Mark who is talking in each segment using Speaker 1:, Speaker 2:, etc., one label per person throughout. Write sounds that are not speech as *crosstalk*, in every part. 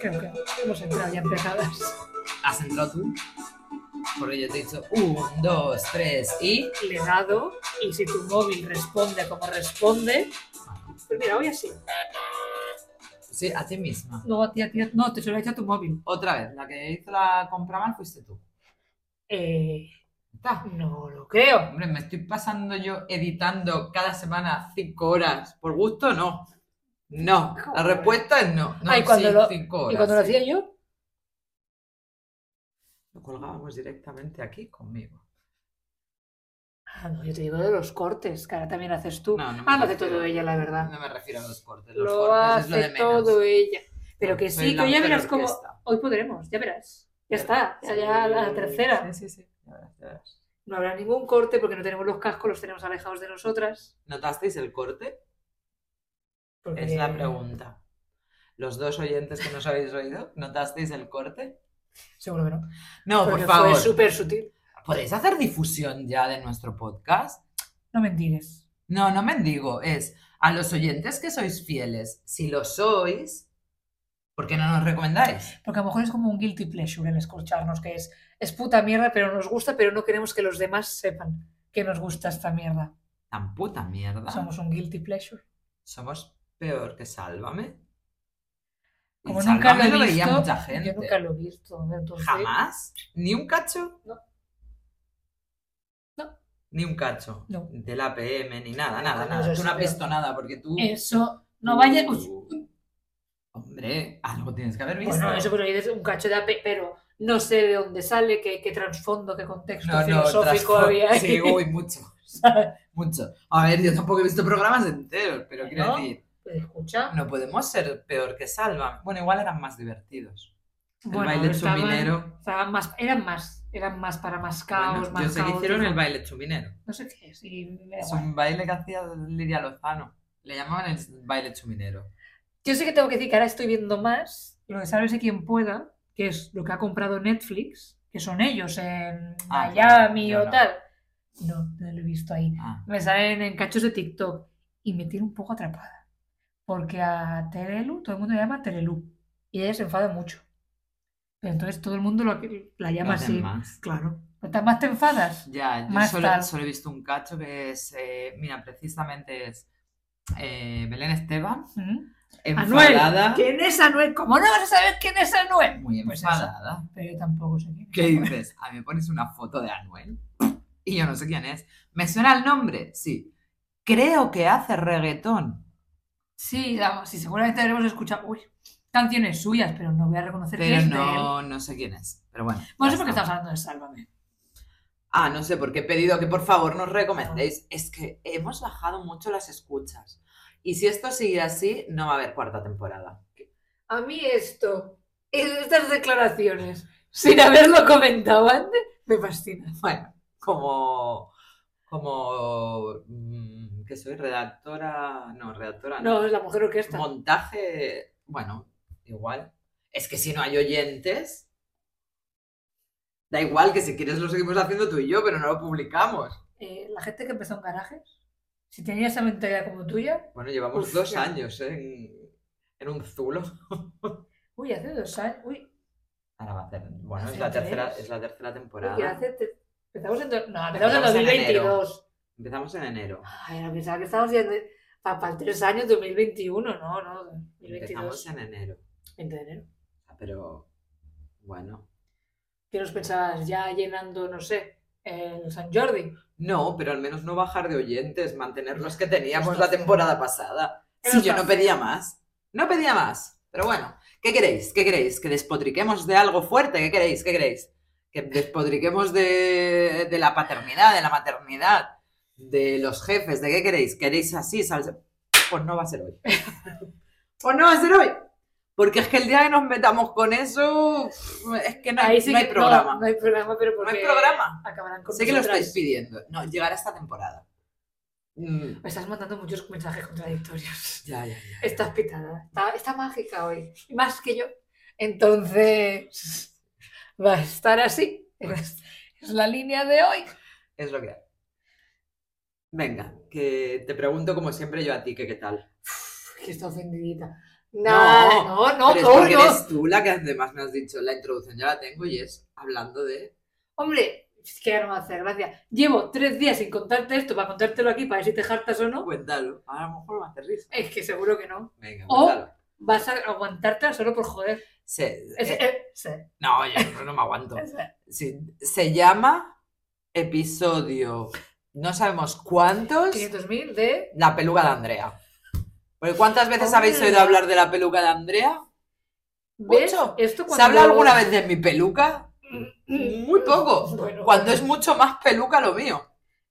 Speaker 1: Creo que hemos entrado ya en pecadas.
Speaker 2: ¿Has entrado tú? Porque yo te he dicho un, dos, tres y.
Speaker 1: Le he dado y si tu móvil responde como responde. Pues mira, hoy así.
Speaker 2: Sí, a ti misma.
Speaker 1: No, a ti, a ti, no, te se lo he hecho a tu móvil.
Speaker 2: Otra vez, la que hizo la compra mal fuiste tú.
Speaker 1: Eh,
Speaker 2: Está.
Speaker 1: no lo creo.
Speaker 2: Hombre, me estoy pasando yo editando cada semana cinco horas. ¿Por gusto? No. No. La respuesta es no. No,
Speaker 1: Ah, y cuando
Speaker 2: sí,
Speaker 1: lo-
Speaker 2: cinco
Speaker 1: Y
Speaker 2: horas.
Speaker 1: cuando lo hacía yo,
Speaker 2: Lo colgábamos directamente aquí conmigo.
Speaker 1: ah, no, yo te digo de los cortes, que ahora también haces tú.
Speaker 2: No, no me
Speaker 1: ah, lo hace
Speaker 2: refiero.
Speaker 1: todo ella, la verdad.
Speaker 2: No me refiero a los cortes. Los
Speaker 1: lo
Speaker 2: cortes
Speaker 1: hace
Speaker 2: es lo de menos.
Speaker 1: todo ella. Pero que
Speaker 2: Soy
Speaker 1: sí,
Speaker 2: la
Speaker 1: que ya
Speaker 2: mujer
Speaker 1: verás cómo.
Speaker 2: orquesta.
Speaker 1: Hoy podremos, ya verás. Ya está, o sea, ya la tercera.
Speaker 2: Sí, sí, sí. Ya verás, ya verás.
Speaker 1: No habrá ningún corte porque no tenemos los cascos, los tenemos alejados de nosotras.
Speaker 2: ¿Notasteis el corte?
Speaker 1: porque-
Speaker 2: Es la pregunta. Los dos oyentes que nos habéis oído, ¿notasteis el corte?
Speaker 1: Seguro que no.
Speaker 2: No,
Speaker 1: Porque
Speaker 2: *laughs* por favor.
Speaker 1: Fue súper sutil.
Speaker 2: ¿Podéis hacer difusión ya de nuestro podcast?
Speaker 1: No mentires.
Speaker 2: No, no mendigo. Es a los oyentes que sois fieles. Si lo sois, ¿por qué no nos recomendáis?
Speaker 1: Porque a lo mejor es como un guilty pleasure el escucharnos, que es, es puta mierda, pero nos gusta, pero no queremos que los demás sepan que nos gusta esta mierda.
Speaker 2: Tan puta mierda.
Speaker 1: Somos un guilty pleasure.
Speaker 2: Somos peor que Sálvame. Y
Speaker 1: Como nunca lo
Speaker 2: Sálvame
Speaker 1: he
Speaker 2: veía
Speaker 1: visto,
Speaker 2: mucha gente.
Speaker 1: yo nunca lo he visto. Entonces,
Speaker 2: ¿Jamás? ¿Ni un cacho?
Speaker 1: No. No.
Speaker 2: Ni un cacho.
Speaker 1: No.
Speaker 2: Del APM, ni nada, nada,
Speaker 1: No,
Speaker 2: nada.
Speaker 1: eso
Speaker 2: tú
Speaker 1: sí,
Speaker 2: no has
Speaker 1: pero-
Speaker 2: visto nada porque tú.
Speaker 1: Eso no
Speaker 2: tú-
Speaker 1: vaya... pues,
Speaker 2: Hombre, algo tienes que haber visto.
Speaker 1: Bueno, eso pues lo dices un cacho de AP, pero no sé de dónde sale, qué, qué trasfondo, qué contexto
Speaker 2: No, no,
Speaker 1: filosófico
Speaker 2: transfo-
Speaker 1: había ahí.
Speaker 2: Sí, uy, mucho. Mucho. A ver, yo tampoco he visto programas enteros, pero quiero
Speaker 1: ¿No?
Speaker 2: decir,
Speaker 1: Pues *laughs* escucha.
Speaker 2: no podemos ser peor que Salva. Bueno, igual eran más divertidos. El
Speaker 1: Bueno,
Speaker 2: baile
Speaker 1: estaban-
Speaker 2: chuminero.
Speaker 1: estaban más, eran más, eran más para mascaos,
Speaker 2: Bueno,
Speaker 1: más
Speaker 2: yo sé que
Speaker 1: caos,
Speaker 2: hicieron
Speaker 1: dijo,
Speaker 2: el baile chuminero.
Speaker 1: No sé qué es. y me da
Speaker 2: Es
Speaker 1: igual.
Speaker 2: un baile que hacía Lidia Lozano. Le llamaban el baile chuminero.
Speaker 1: Yo sé que tengo que decir que ahora estoy viendo más lo de Sálvese quien pueda, que es lo que ha comprado Netflix, que son ellos en
Speaker 2: Ah,
Speaker 1: Miami
Speaker 2: yo
Speaker 1: o
Speaker 2: no.
Speaker 1: tal. No, no lo he visto ahí.
Speaker 2: Ah,
Speaker 1: Me salen en cachos de TikTok y me tiene un poco atrapada. Porque a Terelu todo el mundo la llama Terelu y ella se enfada mucho. Pero entonces todo el mundo lo- la llama
Speaker 2: no hacen
Speaker 1: así.
Speaker 2: más.
Speaker 1: Claro. ¿Cuantas más te enfadas?
Speaker 2: Ya, yo
Speaker 1: Más
Speaker 2: solo,
Speaker 1: tal.
Speaker 2: solo he visto un cacho que es, eh, mira, precisamente es eh, Belén Esteban,
Speaker 1: ¿Mm?
Speaker 2: enfadada,
Speaker 1: ¿Quién es Anuel? ¿Cómo no vas a saber quién es Anuel?
Speaker 2: muy
Speaker 1: Pues
Speaker 2: enfadada.
Speaker 1: Pero yo tampoco sé quién es.
Speaker 2: ¿Qué dices? A mí me pones una foto de Anuel y yo no sé quién es. ¿Me suena el nombre? Sí. Creo que hace reggaetón,
Speaker 1: Sí, vamos, sí, seguramente habremos escuchado uy, canciones suyas, pero no voy a reconocer que
Speaker 2: pero
Speaker 1: es de él.
Speaker 2: no, no sé quién es. Pero bueno.
Speaker 1: Bueno,
Speaker 2: ya
Speaker 1: eso porque
Speaker 2: está.
Speaker 1: estamos hablando de Sálvame.
Speaker 2: Ah, no sé, porque he pedido que por favor nos recomendéis. Es que hemos bajado mucho las escuchas. Y si esto sigue así, no va a haber cuarta temporada. *laughs*
Speaker 1: A mí esto, estas declaraciones, sin haberlo comentado antes, me fascinan.
Speaker 2: Bueno, como. Como. mm, que soy redactora. No, redactora no.
Speaker 1: No, es la mujer orquesta.
Speaker 2: Montaje. Bueno, igual. Es que si no hay oyentes. Da igual que si quieres lo seguimos haciendo tú y yo, pero no lo publicamos.
Speaker 1: Eh, la gente que empezó en garajes, si tenía esa mentalidad como tuya,
Speaker 2: Bueno, llevamos
Speaker 1: Uf,
Speaker 2: dos
Speaker 1: ya.
Speaker 2: años ¿eh? en, en un zulo.
Speaker 1: uy, hace dos años, uy,
Speaker 2: Ahora va a hacer. Bueno,
Speaker 1: Hace
Speaker 2: es la,
Speaker 1: tres.
Speaker 2: tercera, es la tercera temporada.
Speaker 1: uy, hace te- empezamos en, do- no, empezamos en
Speaker 2: Empezamos en
Speaker 1: 2022.
Speaker 2: Empezamos en enero.
Speaker 1: Ay, ahora pensaba que estábamos yendo para, para el tres años 2021, no, no, 2022,
Speaker 2: Empezamos en enero.
Speaker 1: 20 de enero.
Speaker 2: Ah, Pero bueno.
Speaker 1: ¿Qué nos pensabas? ¿Ya llenando, no sé, el San Jordi?
Speaker 2: No, pero al menos no bajar de oyentes, mantener los que teníamos
Speaker 1: Eso
Speaker 2: la
Speaker 1: está
Speaker 2: temporada pasada.
Speaker 1: Eso
Speaker 2: Si yo
Speaker 1: está
Speaker 2: no pedía más. No pedía más. Pero bueno, ¿qué queréis? ¿Qué queréis? ¿Que despotriquemos de algo fuerte? ¿Qué queréis? ¿Qué queréis? Que despotriquemos de, de la paternidad, de la maternidad, de los jefes, ¿de qué queréis? ¿Queréis así? salsa? Pues no va a ser hoy. *laughs* pues no va a ser hoy. Porque es que el día que nos metamos con eso, es que no hay, no hay
Speaker 1: que-
Speaker 2: programa.
Speaker 1: No, no hay programa, pero porque
Speaker 2: hay programa.
Speaker 1: acabarán con
Speaker 2: sé que lo
Speaker 1: nosotras.
Speaker 2: estáis pidiendo. No, llegará esta temporada. Mm,
Speaker 1: Me estás mandando muchos mensajes contradictorios. *laughs*
Speaker 2: ya, ya, ya.
Speaker 1: Estás pitada. Está, está mágica hoy. Y Más que yo. Entonces, va a estar así. Es, es la línea de hoy.
Speaker 2: Es lo que hay. Venga, que te pregunto como siempre yo a ti, que qué tal.
Speaker 1: Uf, Que está ofendidita. Nada, no, no,
Speaker 2: Pero es
Speaker 1: no,
Speaker 2: porque
Speaker 1: no.
Speaker 2: eres tú la que además me has dicho, la introducción ya la tengo y es hablando de...
Speaker 1: Hombre, es que ya no me hace gracia. Llevo tres días sin contarte esto para contártelo aquí para ver si te jartas o
Speaker 2: Pues-
Speaker 1: no.
Speaker 2: Cuéntalo, a lo mejor me hace risa.
Speaker 1: Es que seguro que no.
Speaker 2: Venga,
Speaker 1: O-
Speaker 2: cuéntalo.
Speaker 1: Vas a aguantarte solo por joder.
Speaker 2: Se-
Speaker 1: Es-
Speaker 2: eh,
Speaker 1: eh, sí,
Speaker 2: no, yo no- no
Speaker 1: *laughs*
Speaker 2: me aguanto.
Speaker 1: es-
Speaker 2: Sí, se llama episodio no sabemos cuántos,
Speaker 1: 500.000 de...
Speaker 2: la peluca de Andrea. Porque ¿cuántas veces habéis
Speaker 1: Hombre.
Speaker 2: oído hablar de la peluca de Andrea?
Speaker 1: ¿Ves?
Speaker 2: Ocho.
Speaker 1: Esto cuando...
Speaker 2: ¿Se habla alguna vez de mi peluca?
Speaker 1: Mm,
Speaker 2: Muy poco.
Speaker 1: Bueno.
Speaker 2: Cuando es mucho más peluca lo mío.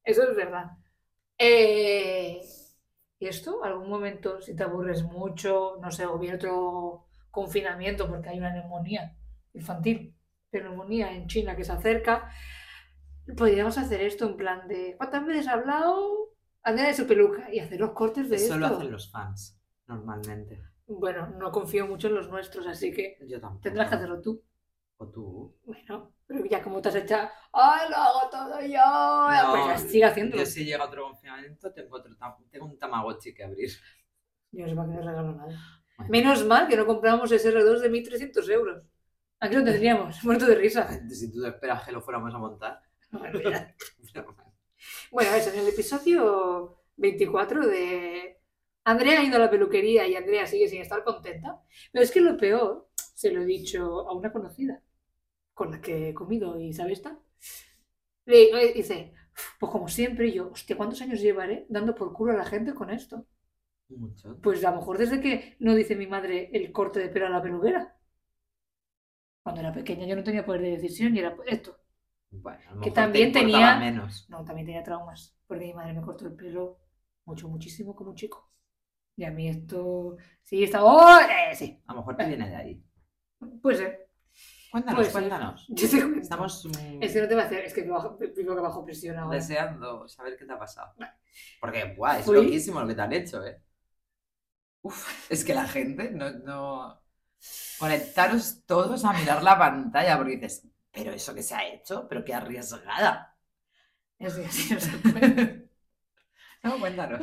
Speaker 1: Eso es verdad. Eh, ¿Y esto? ¿Algún momento, si te aburres mucho, no sé, o bien otro confinamiento, porque hay una neumonía infantil, neumonía en China que se acerca, podríamos hacer esto en plan de, ¿cuántas veces ha hablado Andrea de su peluca? Y hacer los cortes de
Speaker 2: Eso lo
Speaker 1: esto.
Speaker 2: hacen los fans, normalmente.
Speaker 1: Bueno, no confío mucho en los nuestros, así que
Speaker 2: Yo tampoco.
Speaker 1: tendrás que hacerlo tú.
Speaker 2: O tú.
Speaker 1: Bueno, pero ya como te has echado, ¡ay, lo hago todo yo! pues ya sigue haciéndolo.
Speaker 2: Yo si llega otro confinamiento tengo, otro tam- tengo un tamagotchi que abrir.
Speaker 1: Yo no sé para qué me regalo nada.
Speaker 2: Bueno.
Speaker 1: Menos mal que no compramos ese R2 de 1.300 euros. Aquí lo tendríamos, *laughs* muerto de risa.
Speaker 2: Si tú te esperas que lo fuéramos a montar. *laughs*
Speaker 1: Bueno, eso, en el episodio 24 de... Andrea ha ido a la peluquería y Andrea sigue sin estar contenta. Pero es que lo peor, se lo he dicho a una conocida con la que he comido y sabe esta. Le le dice, pues como siempre, y yo, hostia, ¿cuántos años llevaré dando por culo a la gente con esto?
Speaker 2: Mucho.
Speaker 1: Pues a lo mejor desde que no dice mi madre el corte de pelo a la peluquera. Cuando era pequeña yo no tenía poder de decisión y era esto.
Speaker 2: Bueno, a lo
Speaker 1: Que
Speaker 2: mejor te
Speaker 1: también
Speaker 2: importaba
Speaker 1: tenía-
Speaker 2: menos.
Speaker 1: No, también tenía traumas, porque mi madre me cortó el pelo mucho, muchísimo como chico. Y a mí esto... Sí, está... ¡Oh! eh, sí,
Speaker 2: A lo mejor te viene de ahí.
Speaker 1: pues eh,
Speaker 2: Cuéntanos,
Speaker 1: Pues sí.
Speaker 2: cuéntanos.
Speaker 1: *laughs* yo te cuento.
Speaker 2: Estamos mm,
Speaker 1: Es que no te va a hacer... Es que bajo- vivo que bajo presión ahora.
Speaker 2: deseando saber qué te ha pasado. Porque, guau, es
Speaker 1: Fui-
Speaker 2: loquísimo lo que te han hecho, ¿eh? Uf, *laughs* es que la gente no, no... Conectaros todos a mirar la pantalla porque dices, pero eso que se ha hecho, pero qué arriesgada.
Speaker 1: *laughs* Es que así no se puede.
Speaker 2: no, *laughs* cuéntanos.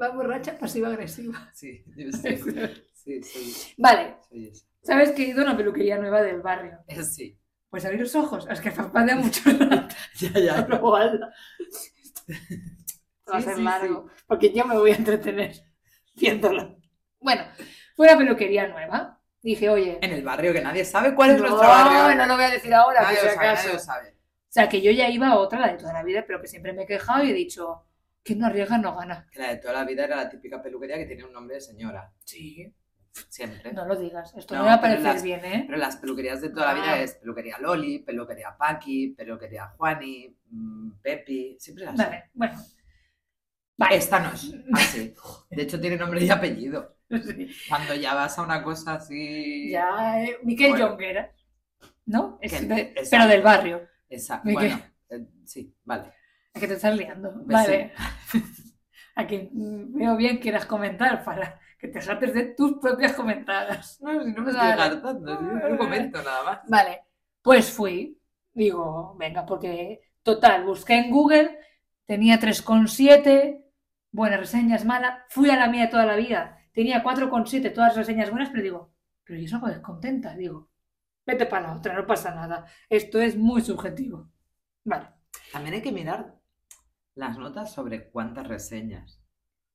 Speaker 1: Va borracha, pasiva-agresiva.
Speaker 2: Sí, yo
Speaker 1: *laughs*
Speaker 2: sí, sí, soy-
Speaker 1: Vale,
Speaker 2: soy esa.
Speaker 1: ¿sabes que he ido a una peluquería nueva del barrio?
Speaker 2: Eh,
Speaker 1: *laughs*
Speaker 2: Sí,
Speaker 1: Pues abrir los ojos, es que parpadea mucho la *laughs*
Speaker 2: ya, ya. ya.
Speaker 1: o algo. Va a
Speaker 2: Sí,
Speaker 1: ser
Speaker 2: sí,
Speaker 1: largo, porque yo me voy a entretener viéndolo. Bueno, fue una peluquería nueva. Dije, oye,
Speaker 2: En el barrio que nadie sabe cuál es
Speaker 1: no,
Speaker 2: nuestro barrio.
Speaker 1: no lo voy a decir ahora,
Speaker 2: Nadie
Speaker 1: por
Speaker 2: lo
Speaker 1: si
Speaker 2: sabe,
Speaker 1: acaso.
Speaker 2: nadie lo sabe.
Speaker 1: O sea, que yo ya iba a otra, la de toda la vida, pero que siempre me he quejado y he dicho, quien no arriesga no gana.
Speaker 2: Que la de toda la vida era la típica peluquería que tenía un nombre de señora.
Speaker 1: Sí.
Speaker 2: Siempre.
Speaker 1: No lo digas, esto no,
Speaker 2: No,
Speaker 1: me va a
Speaker 2: pero
Speaker 1: parecer
Speaker 2: las-
Speaker 1: bien, ¿eh?
Speaker 2: Pero las peluquerías de toda la
Speaker 1: Ah.
Speaker 2: vida es peluquería Loli, peluquería Paqui, peluquería Juani, mm, Pepi. Siempre era así.
Speaker 1: Vale, bueno. Vale. *laughs*
Speaker 2: Esta no es así. De hecho, tiene nombre y apellido. Cuando ya vas a una cosa así.
Speaker 1: Ya, eh, Miquel
Speaker 2: Bueno.
Speaker 1: Jonguera, ¿no? Es
Speaker 2: Que-
Speaker 1: de-
Speaker 2: exacto.
Speaker 1: pero del barrio.
Speaker 2: Esa.
Speaker 1: ¿De
Speaker 2: Bueno, eh, sí, vale.
Speaker 1: Es que te estás liando.
Speaker 2: Pues
Speaker 1: Vale. *laughs* A quien veo bien quieras comentar para que te saltes de tus propias comentadas.
Speaker 2: No, si no me
Speaker 1: estoy
Speaker 2: estoy
Speaker 1: hartando, si no comento
Speaker 2: comento nada más.
Speaker 1: Vale. Pues fui. Digo, venga, porque total, busqué en Google, tenía 3,7, buenas reseñas, malas. Fui a la mía toda la vida, tenía 4,7, todas reseñas buenas, pero digo, pero yo salgo descontenta. Digo, vete para la otra, no pasa nada. Esto es muy subjetivo. Vale.
Speaker 2: También hay que mirar las notas sobre cuántas reseñas.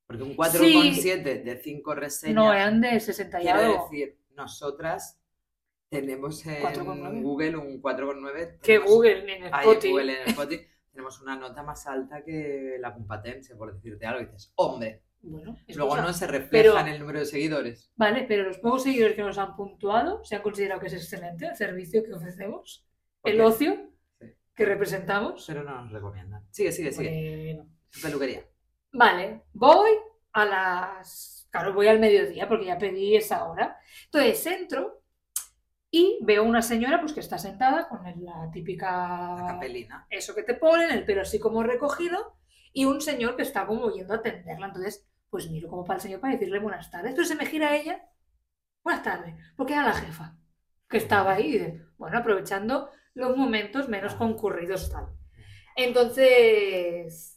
Speaker 2: Porque un 4,7
Speaker 1: 4,7
Speaker 2: de 5 reseñas.
Speaker 1: No eran de 60 y
Speaker 2: Quiero
Speaker 1: algo.
Speaker 2: decir, nosotras tenemos en
Speaker 1: 4,9.
Speaker 2: Google un 4,9.
Speaker 1: que
Speaker 2: tenemos-
Speaker 1: Google en el Spotify.
Speaker 2: Ay, pues, Google en el Spotify. *laughs* tenemos una nota más alta que la competencia, por decirte algo. Y dices, hombre,
Speaker 1: Bueno, es
Speaker 2: luego
Speaker 1: cosa.
Speaker 2: no se refleja
Speaker 1: pero-
Speaker 2: en el número de seguidores.
Speaker 1: Vale, pero los pocos seguidores que nos han puntuado se han considerado que es excelente el servicio que ofrecemos, el
Speaker 2: Porque-
Speaker 1: ocio
Speaker 2: Sí.
Speaker 1: que representamos.
Speaker 2: Pero no nos recomiendan. Sigue, sigue, sigue.
Speaker 1: Bueno.
Speaker 2: Tu peluquería.
Speaker 1: Vale, voy a las... Claro, voy al mediodía porque ya pedí esa hora. Entonces entro y veo una señora pues que está sentada con el- la
Speaker 2: La
Speaker 1: típica...
Speaker 2: capelina.
Speaker 1: eso que te ponen, el pelo así como recogido, y un señor que está como yendo a atenderla. Entonces, pues miro como para el señor para decirle buenas tardes. Entonces se me gira ella, buenas tardes, porque era la jefa que estaba ahí, y dice, bueno, aprovechando los momentos menos concurridos tal. Entonces,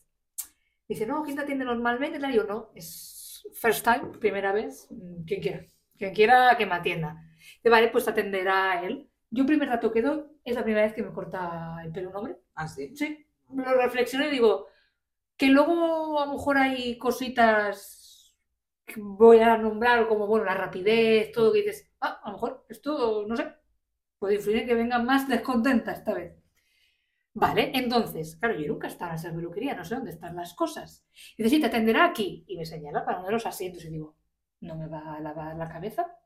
Speaker 1: dice, no, ¿quién te atiende normalmente? Tal, y yo, no, es first time, primera vez, mm, quien quiera. Quien quiera que me atienda. Dice, vale, pues atenderá a él. Yo el primer rato que doy es la primera vez que me corta el pelo un hombre.
Speaker 2: Ah, sí.
Speaker 1: Sí, lo reflexiono y digo que luego a lo mejor hay cositas que voy a nombrar como, bueno, la rapidez, todo que dices, ah, a lo mejor esto, no sé, puede influir en que vengan más descontenta esta vez. Vale, entonces, claro, yo nunca estaba en esa peluquería, no sé dónde están las cosas. Y dice, sí, te atenderá aquí. Y me señala para uno de los asientos y digo, ¿no me va a lavar la cabeza?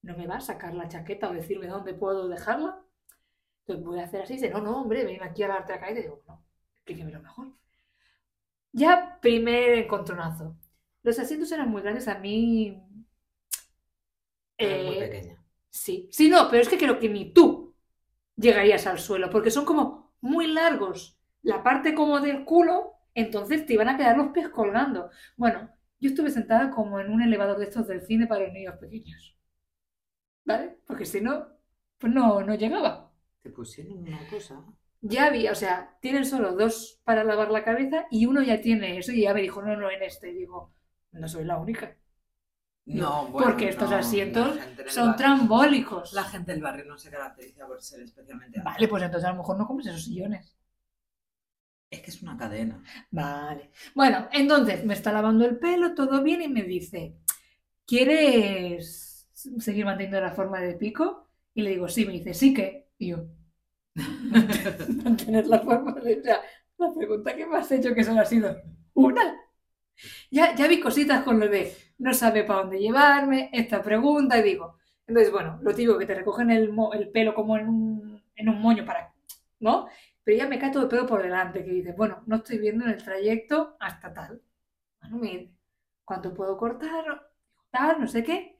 Speaker 1: ¿No me va a sacar la chaqueta o decirme dónde puedo dejarla? Entonces voy a hacer así. Dice, no, no, hombre, ven aquí a lavarte la cabeza. Y digo, no, explíqueme lo mejor. Ya primer encontronazo. Los asientos eran muy grandes, a mí...
Speaker 2: Era muy
Speaker 1: eh,
Speaker 2: pequeña.
Speaker 1: Sí, sí, no, pero es que creo que ni tú llegarías al suelo, porque son como muy largos. La parte como del culo, entonces te iban a quedar los pies colgando. Bueno, yo estuve sentada como en un elevador de estos del cine para los niños pequeños. ¿Vale? Porque si no, pues no, no llegaba.
Speaker 2: Te pusieron una cosa.
Speaker 1: Ya había, o sea, tienen solo dos para lavar la cabeza y uno ya tiene eso y ya me dijo, no, no, en este. Y digo, no soy la única.
Speaker 2: No, bueno.
Speaker 1: Porque estos
Speaker 2: no,
Speaker 1: asientos
Speaker 2: la gente del
Speaker 1: son
Speaker 2: barrio-
Speaker 1: trambólicos.
Speaker 2: La gente del barrio no se caracteriza por ser especialmente alta.
Speaker 1: Vale, pues entonces a lo mejor no compres esos sillones.
Speaker 2: Es que es una cadena.
Speaker 1: Vale. Bueno, entonces me está lavando el pelo, todo bien, y me dice, ¿quieres seguir manteniendo la forma de pico? Y le digo, sí, me dice, sí que. Y yo, *laughs* mantener la forma de... O sea, la pregunta que me has hecho que solo ha sido una. Ya, ya vi cositas con lo de no sabe para dónde llevarme, esta pregunta, y digo, entonces, bueno, lo digo que te recogen el, mo- el pelo como en un, en un moño para, ¿no? Pero ya me cae todo el pelo por delante, que dices, bueno, no estoy viendo en el trayecto hasta tal. Bueno, me dice, ¿cuánto puedo cortar? Tal, no sé qué.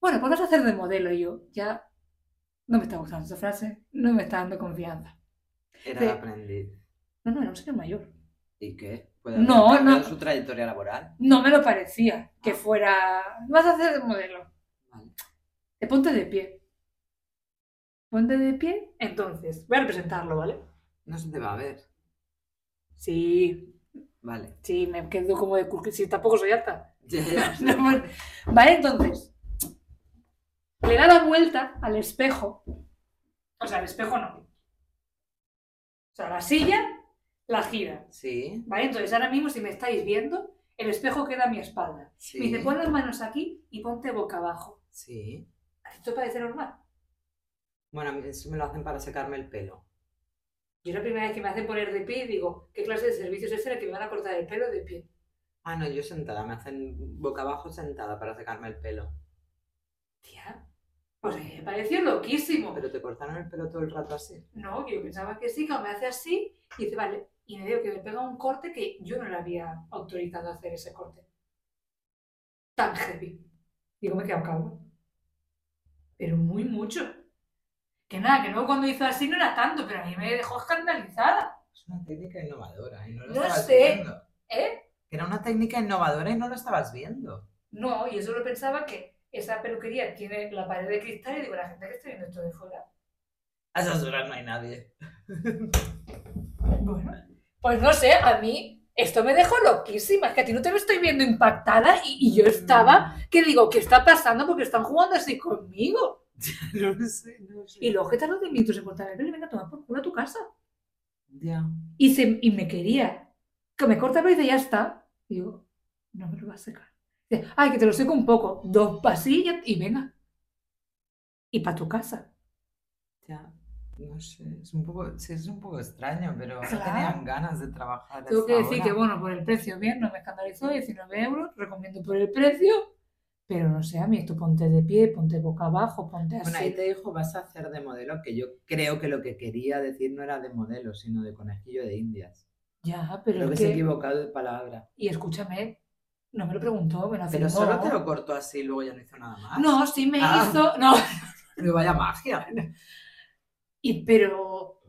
Speaker 1: Bueno, pues vas a hacer de modelo y yo, ya no me está gustando esa frase, no me está dando confianza.
Speaker 2: Era
Speaker 1: Sí.
Speaker 2: el aprendiz.
Speaker 1: No, no, era un señor mayor.
Speaker 2: ¿Y qué? ¿Puede
Speaker 1: No,
Speaker 2: haber cambiado
Speaker 1: no.
Speaker 2: su trayectoria laboral?
Speaker 1: No me lo parecía que fuera. Vas a hacer de modelo.
Speaker 2: Vale.
Speaker 1: Te ponte de pie. Ponte de pie, entonces. Voy a representarlo, ¿vale?
Speaker 2: No se te va a ver.
Speaker 1: Sí,
Speaker 2: Vale. *laughs*
Speaker 1: sí, me quedo como de cul- Si tampoco soy alta.
Speaker 2: Ya, ya.
Speaker 1: *laughs*
Speaker 2: *laughs*
Speaker 1: No, bueno. Vale, entonces. Le da la vuelta al espejo. O sea, al espejo no. O sea, la silla la gira.
Speaker 2: Sí,
Speaker 1: Vale, entonces ahora mismo, si me estáis viendo, el espejo queda a mi espalda.
Speaker 2: sí.
Speaker 1: Me dice, pon las manos aquí y ponte boca abajo.
Speaker 2: Sí.
Speaker 1: ¿A ti te parece normal?
Speaker 2: Bueno, a mí eso me lo hacen para secarme el pelo.
Speaker 1: Yo la primera vez que me hacen poner de pie digo, ¿qué clase de servicios es este en el que me van a cortar el pelo de pie?
Speaker 2: Ah, no, yo sentada. Me hacen boca abajo sentada para secarme el pelo.
Speaker 1: Tía, pues a mí me pareció loquísimo.
Speaker 2: Pero te cortaron el pelo todo el rato así.
Speaker 1: No, que yo pensaba que sí, que me hace así y dice, vale, y me veo que me pega un corte que yo no le había autorizado a hacer ese corte. Tan heavy. Digo, me he quedado calvo. Pero muy mucho. Que nada, que no cuando hizo así no era tanto, pero a mí me dejó escandalizada.
Speaker 2: Es una técnica innovadora y no lo
Speaker 1: No
Speaker 2: estabas
Speaker 1: sé.
Speaker 2: viendo.
Speaker 1: ¿Eh?
Speaker 2: Que Era una técnica innovadora y no lo estabas viendo.
Speaker 1: No, yo solo pensaba que esa peluquería tiene la pared de cristal y digo, la gente que está viendo esto de fuera.
Speaker 2: A esas horas no hay nadie.
Speaker 1: Bueno, pues no sé, a mí esto me dejó loquísima. Es que a ti no te lo estoy viendo impactada y, y yo estaba que digo, ¿qué está pasando? Porque están jugando así conmigo.
Speaker 2: *laughs* No lo sé, no lo sé.
Speaker 1: Y luego que tardan 10 minutos en cortar el pelo y Pues, venga a tomar por culo a tu casa.
Speaker 2: Ya.
Speaker 1: Y, se, y me quería que me corta el pelo y dice, ya está. Y digo, no me lo va a secar. Dice, ay, que te lo seco un poco. Dos pasillas y venga. Y para tu casa.
Speaker 2: Ya, no sé, es un poco, sí, es un poco extraño, pero no
Speaker 1: Claro.
Speaker 2: tenían ganas de trabajar. a
Speaker 1: Tengo que
Speaker 2: esa
Speaker 1: decir
Speaker 2: hora.
Speaker 1: que, bueno, por el precio, bien, no me escandalizó, 19 euros, recomiendo por el precio, pero no sé, a mí esto ponte de pie, ponte boca abajo, ponte así.
Speaker 2: Bueno, ahí te dijo, vas a hacer de modelo, que yo creo que lo que quería decir no era de modelo, sino de conejillo de indias.
Speaker 1: Ya,
Speaker 2: Creo
Speaker 1: pero
Speaker 2: que
Speaker 1: es
Speaker 2: se ha
Speaker 1: que-
Speaker 2: equivocado de palabra.
Speaker 1: Y escúchame, no me lo preguntó, me lo
Speaker 2: Pero
Speaker 1: afirmó.
Speaker 2: solo te lo cortó así y luego ya no hizo nada más.
Speaker 1: No, sí me
Speaker 2: Ah.
Speaker 1: hizo, no,
Speaker 2: Pero
Speaker 1: *laughs*
Speaker 2: vaya magia.
Speaker 1: y pero...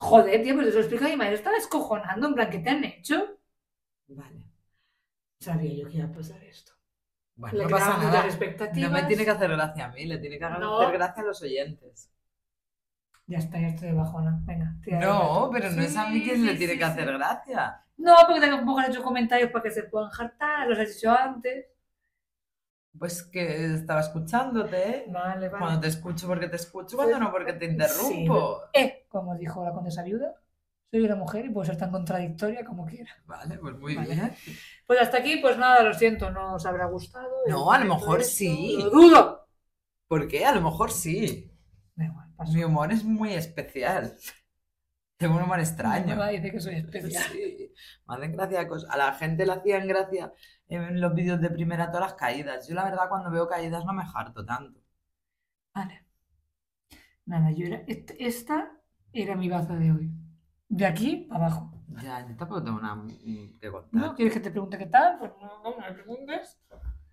Speaker 1: Joder, tío, pues eso explica mi madre, estaba escojonando, en plan, ¿qué te han hecho?
Speaker 2: Vale.
Speaker 1: Sabía yo que iba a pasar esto.
Speaker 2: Bueno,
Speaker 1: Le
Speaker 2: no
Speaker 1: creaba
Speaker 2: pasa
Speaker 1: muchas
Speaker 2: nada. No
Speaker 1: expectativas.
Speaker 2: me tiene que hacer gracia a mí, le tiene que hacer
Speaker 1: No.
Speaker 2: gracia a los oyentes.
Speaker 1: Ya está, ya estoy de bajona. Venga, tira
Speaker 2: No, pero no es a mí
Speaker 3: Sí,
Speaker 2: quien le
Speaker 3: sí,
Speaker 2: tiene
Speaker 3: sí,
Speaker 2: que
Speaker 3: sí.
Speaker 2: hacer gracia.
Speaker 1: No, porque tampoco han hecho comentarios para que se puedan jartar, los has hecho antes.
Speaker 2: Pues que estaba escuchándote.
Speaker 1: Vale, vale.
Speaker 2: Cuando te escucho porque te escucho, cuando no porque te interrumpo.
Speaker 1: Eh, como dijo la condesa viuda, soy una mujer y puedo ser tan contradictoria como quiera.
Speaker 2: Vale, pues muy
Speaker 1: Vale.
Speaker 2: bien.
Speaker 1: Pues hasta aquí, pues nada, lo siento, no os habrá gustado.
Speaker 2: No, a lo
Speaker 1: Todo
Speaker 2: mejor
Speaker 1: esto,
Speaker 2: sí.
Speaker 1: Lo dudo.
Speaker 2: ¿Por qué? A lo mejor sí.
Speaker 1: Da igual, paso.
Speaker 2: Mi humor es muy especial. Tengo un humor extraño.
Speaker 1: Mi mamá dice que soy especial.
Speaker 2: Sí, me hacen gracia cosas. A la gente le hacían gracia en los vídeos de primera todas las caídas. Yo la verdad cuando veo caídas no me harto tanto.
Speaker 1: Vale. Nada, yo era. est- Esta era mi baza de hoy. De aquí para abajo.
Speaker 2: Ya, yo tampoco tengo nada mm, que contar.
Speaker 1: ¿No? ¿Quieres que te pregunte qué tal? Pues no, no me preguntes.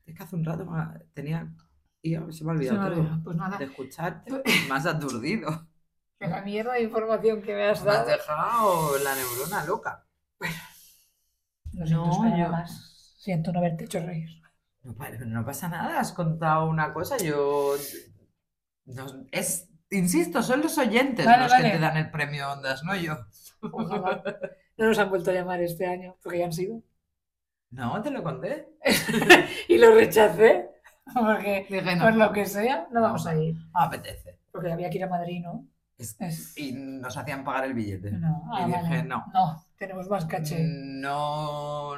Speaker 2: Es que hace un rato me- tenía... Y ya se me ha
Speaker 1: Se me
Speaker 2: olvidado Ah. todo.
Speaker 1: olvidó. Pues nada,
Speaker 2: De escucharte. Más *laughs* aturdido.
Speaker 1: la mierda de información que me has
Speaker 2: Me has
Speaker 1: dado.
Speaker 2: dejado la neurona loca.
Speaker 1: No, siento
Speaker 2: No,
Speaker 1: esperaba
Speaker 2: yo-
Speaker 1: más. Siento no haberte hecho reír.
Speaker 2: No, pa- no pasa nada, has contado una cosa. Yo... no, es... Insisto, son los oyentes
Speaker 1: Vale,
Speaker 2: los
Speaker 1: vale.
Speaker 2: que te dan el premio Ondas, no yo. *laughs*
Speaker 1: Ojalá. No nos han vuelto a llamar este año, porque ya han sido.
Speaker 2: No, te lo conté.
Speaker 1: Y lo rechacé, porque
Speaker 2: Dije,
Speaker 1: por lo que sea, no vamos a ir.
Speaker 2: No apetece.
Speaker 1: Porque había que ir a Madrid, ¿no?
Speaker 2: Es-
Speaker 1: Es-
Speaker 2: Y nos hacían pagar el billete.
Speaker 1: No, ah,
Speaker 2: y dije,
Speaker 1: vale.
Speaker 2: no. Mm.
Speaker 1: tenemos más caché.
Speaker 2: No.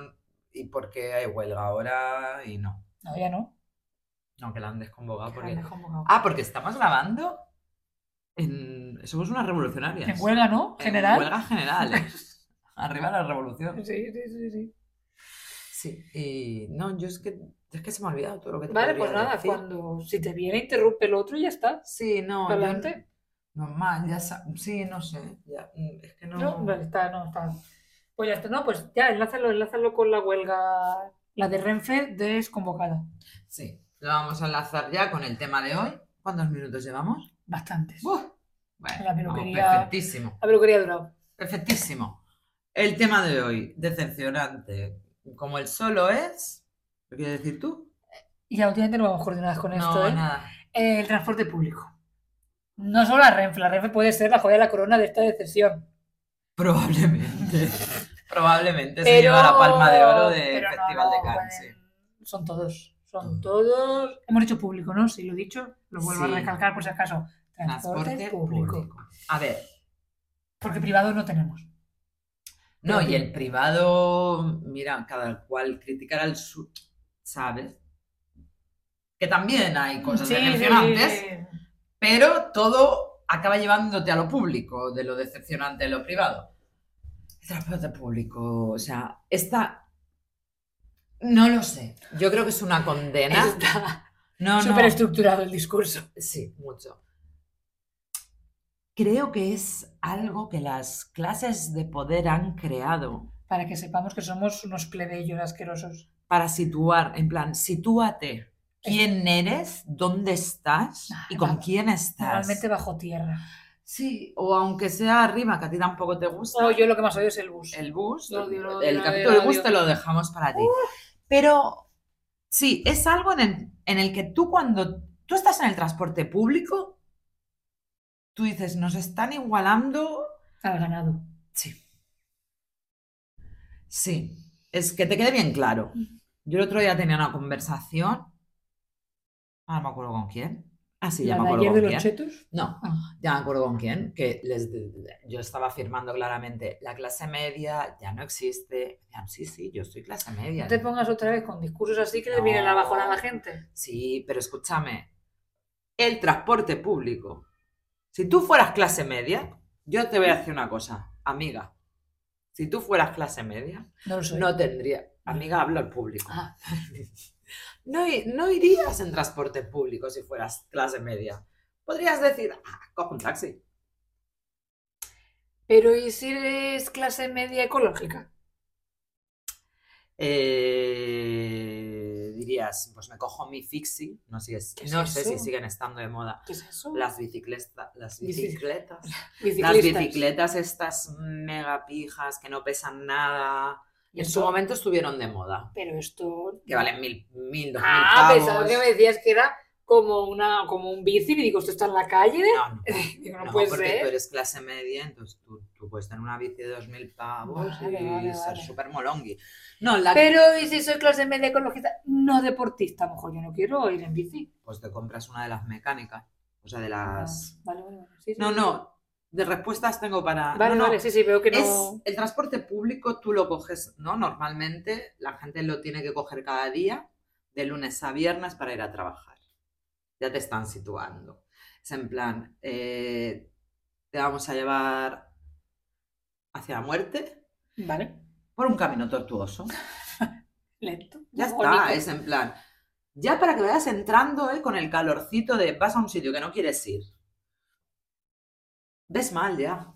Speaker 2: Y porque hay huelga ahora y no.
Speaker 1: No, ya no.
Speaker 2: No, que la han desconvocado
Speaker 1: Ah,
Speaker 2: porque.
Speaker 1: mejor no.
Speaker 2: Ah, porque estamos grabando en. Somos unas revolucionarias.
Speaker 1: En huelga, ¿no?
Speaker 2: En
Speaker 1: General.
Speaker 2: huelga general. *laughs* Arriba la revolución.
Speaker 1: Sí, sí, sí, sí.
Speaker 2: Sí. Y no, yo es que. Es que se me ha olvidado todo lo que te
Speaker 1: Vale,
Speaker 2: podría
Speaker 1: pues nada,
Speaker 2: decir.
Speaker 1: cuando si te viene, interrumpe el otro y ya está.
Speaker 2: Sí, no. yo-
Speaker 1: Adelante.
Speaker 2: Normal, ya sa- Sí, no sé. ya, mm, es que no.
Speaker 1: No, vale, está, no, está. Pues ya está, no, pues ya, enlázalo, enlázalo con la huelga, la de Renfe desconvocada.
Speaker 2: Sí, lo vamos a enlazar ya con el tema de hoy. ¿Cuántos minutos llevamos?
Speaker 1: Bastantes.
Speaker 2: ¡Buf! Bueno,
Speaker 1: La
Speaker 2: vamos,
Speaker 1: peluquería.
Speaker 2: perfectísimo,
Speaker 1: A ver lo que ha durado.
Speaker 2: perfectísimo. El tema de hoy, decepcionante. Como el solo es, ¿lo quieres decir tú?
Speaker 1: Y ya últimamente no vamos coordinadas con esto,
Speaker 2: no,
Speaker 1: ¿eh?
Speaker 2: nada.
Speaker 1: El transporte público. No solo la Renfe, la Renfe puede ser la joya de la corona de esta decepción.
Speaker 2: Probablemente, *laughs* probablemente se
Speaker 1: Pero-
Speaker 2: lleva la palma de oro del
Speaker 1: pero no,
Speaker 2: Festival de
Speaker 1: no,
Speaker 2: Cannes. sí.
Speaker 1: pueden- Son todos, son
Speaker 2: Todos.
Speaker 1: todos. Hemos dicho público, ¿no? Si lo he dicho, lo vuelvo
Speaker 2: Sí.
Speaker 1: a recalcar por si acaso. Transporte,
Speaker 2: Transporte
Speaker 1: público.
Speaker 2: público. A ver,
Speaker 1: Porque privado no tenemos.
Speaker 2: No,
Speaker 1: Pero
Speaker 2: y
Speaker 1: tiene-
Speaker 2: el privado, mira, cada cual criticar al su... ¿sabes? Que también hay cosas decepcionantes,
Speaker 1: sí.
Speaker 2: pero todo acaba llevándote a lo público, de lo decepcionante de lo privado. El transporte público, o sea, esta... No lo sé. Yo creo que es una condena.
Speaker 1: Está
Speaker 2: No, no.
Speaker 1: súper estructurado el discurso.
Speaker 2: Sí, mucho. Creo que es algo que las clases de poder han creado.
Speaker 1: Para que sepamos que somos unos plebeyos asquerosos.
Speaker 2: para situar, en plan, sitúate. ¿Quién eres? ¿Dónde estás?
Speaker 1: Ah,
Speaker 2: ¿Y con
Speaker 1: vamos.
Speaker 2: quién estás?
Speaker 1: Normalmente bajo tierra.
Speaker 2: Sí, o aunque sea arriba, que a ti tampoco te gusta,
Speaker 1: O yo lo que más odio es el bus.
Speaker 2: el bus,
Speaker 1: Lo odio, lo odio,
Speaker 2: el
Speaker 1: lo
Speaker 2: capítulo
Speaker 1: odio,
Speaker 2: del
Speaker 1: lo
Speaker 2: bus
Speaker 1: odio.
Speaker 2: te lo dejamos para ti. Pero sí, es algo en el, en el que tú cuando tú estás en el transporte público, tú dices, nos están igualando
Speaker 1: Al ganado.
Speaker 2: Sí. Sí, es que te quede bien claro. Yo el otro día tenía una conversación. Ah, no me acuerdo con quién. Ah, sí, ya
Speaker 1: La
Speaker 2: me
Speaker 1: de
Speaker 2: acuerdo
Speaker 1: ayer
Speaker 2: con
Speaker 1: de los
Speaker 2: quién.
Speaker 1: chetos.
Speaker 2: No,
Speaker 1: Ah.
Speaker 2: ya me acuerdo con quién. Que les, yo estaba afirmando claramente, la clase media ya no existe. Ya, sí, sí, yo soy clase media.
Speaker 1: No te pongas otra vez con discursos así que le viene la
Speaker 2: No.
Speaker 1: bajona a la gente.
Speaker 2: Sí, pero escúchame. El transporte público. Si tú fueras clase media, yo te voy a decir una cosa, amiga. Si tú fueras clase media,
Speaker 1: No lo soy.
Speaker 2: No tendría. Amiga, hablo al público.
Speaker 1: Ah.
Speaker 2: *laughs* No, i- no irías en transporte público si fueras clase media. Podrías decir, ah, cojo un taxi.
Speaker 1: Pero ¿y si eres clase media ecológica?
Speaker 2: Eh, dirías, pues me cojo mi fixie. No, sé si-
Speaker 1: ¿Qué es
Speaker 2: no sé
Speaker 1: eso?
Speaker 2: si siguen estando de moda.
Speaker 1: ¿Qué es eso?
Speaker 2: Las bicicletas. Las
Speaker 1: Bici-
Speaker 2: bicicletas. Las
Speaker 1: Biciclistas.
Speaker 2: bicicletas estas mega pijas que no pesan nada.
Speaker 1: Y
Speaker 2: En
Speaker 1: esto-
Speaker 2: su momento estuvieron de moda.
Speaker 1: Pero esto...
Speaker 2: Que valen mil, mil, dos mil
Speaker 1: Ah,
Speaker 2: pavos.
Speaker 1: pensaba que me decías que era como, una, como un bici y digo, esto está en la calle.
Speaker 2: No, no.
Speaker 1: *laughs* Digo, no,
Speaker 2: No,
Speaker 1: puede
Speaker 2: porque tú
Speaker 1: ser.
Speaker 2: eres clase media, entonces tú, tú puedes tener una bici de 2.000 pavos
Speaker 1: Vale,
Speaker 2: y
Speaker 1: vale,
Speaker 2: ser
Speaker 1: vale.
Speaker 2: súper molongui. No, la
Speaker 1: Pero ¿y si soy clase media ecologista, no deportista, a lo mejor yo no quiero ir en bici.
Speaker 2: pues te compras una de las mecánicas, o sea, de las...
Speaker 1: Ah, Vale, vale, vale. Sí, sí.
Speaker 2: No, no, de respuestas tengo para...
Speaker 1: Vale,
Speaker 2: no, no,
Speaker 1: vale, sí, sí, veo que no.
Speaker 2: Es el transporte público, tú lo coges, ¿no? Normalmente la gente lo tiene que coger cada día, de lunes a viernes, para ir a trabajar. Ya te están situando. Es en plan, eh, te vamos a llevar hacia la muerte
Speaker 1: Vale,
Speaker 2: por un camino
Speaker 1: *laughs*
Speaker 2: tortuoso.
Speaker 1: lento.
Speaker 2: Ya está,
Speaker 1: bonito.
Speaker 2: es en plan. Ya para que vayas entrando eh, con el calorcito de vas a un sitio que no quieres ir. Ves mal ya.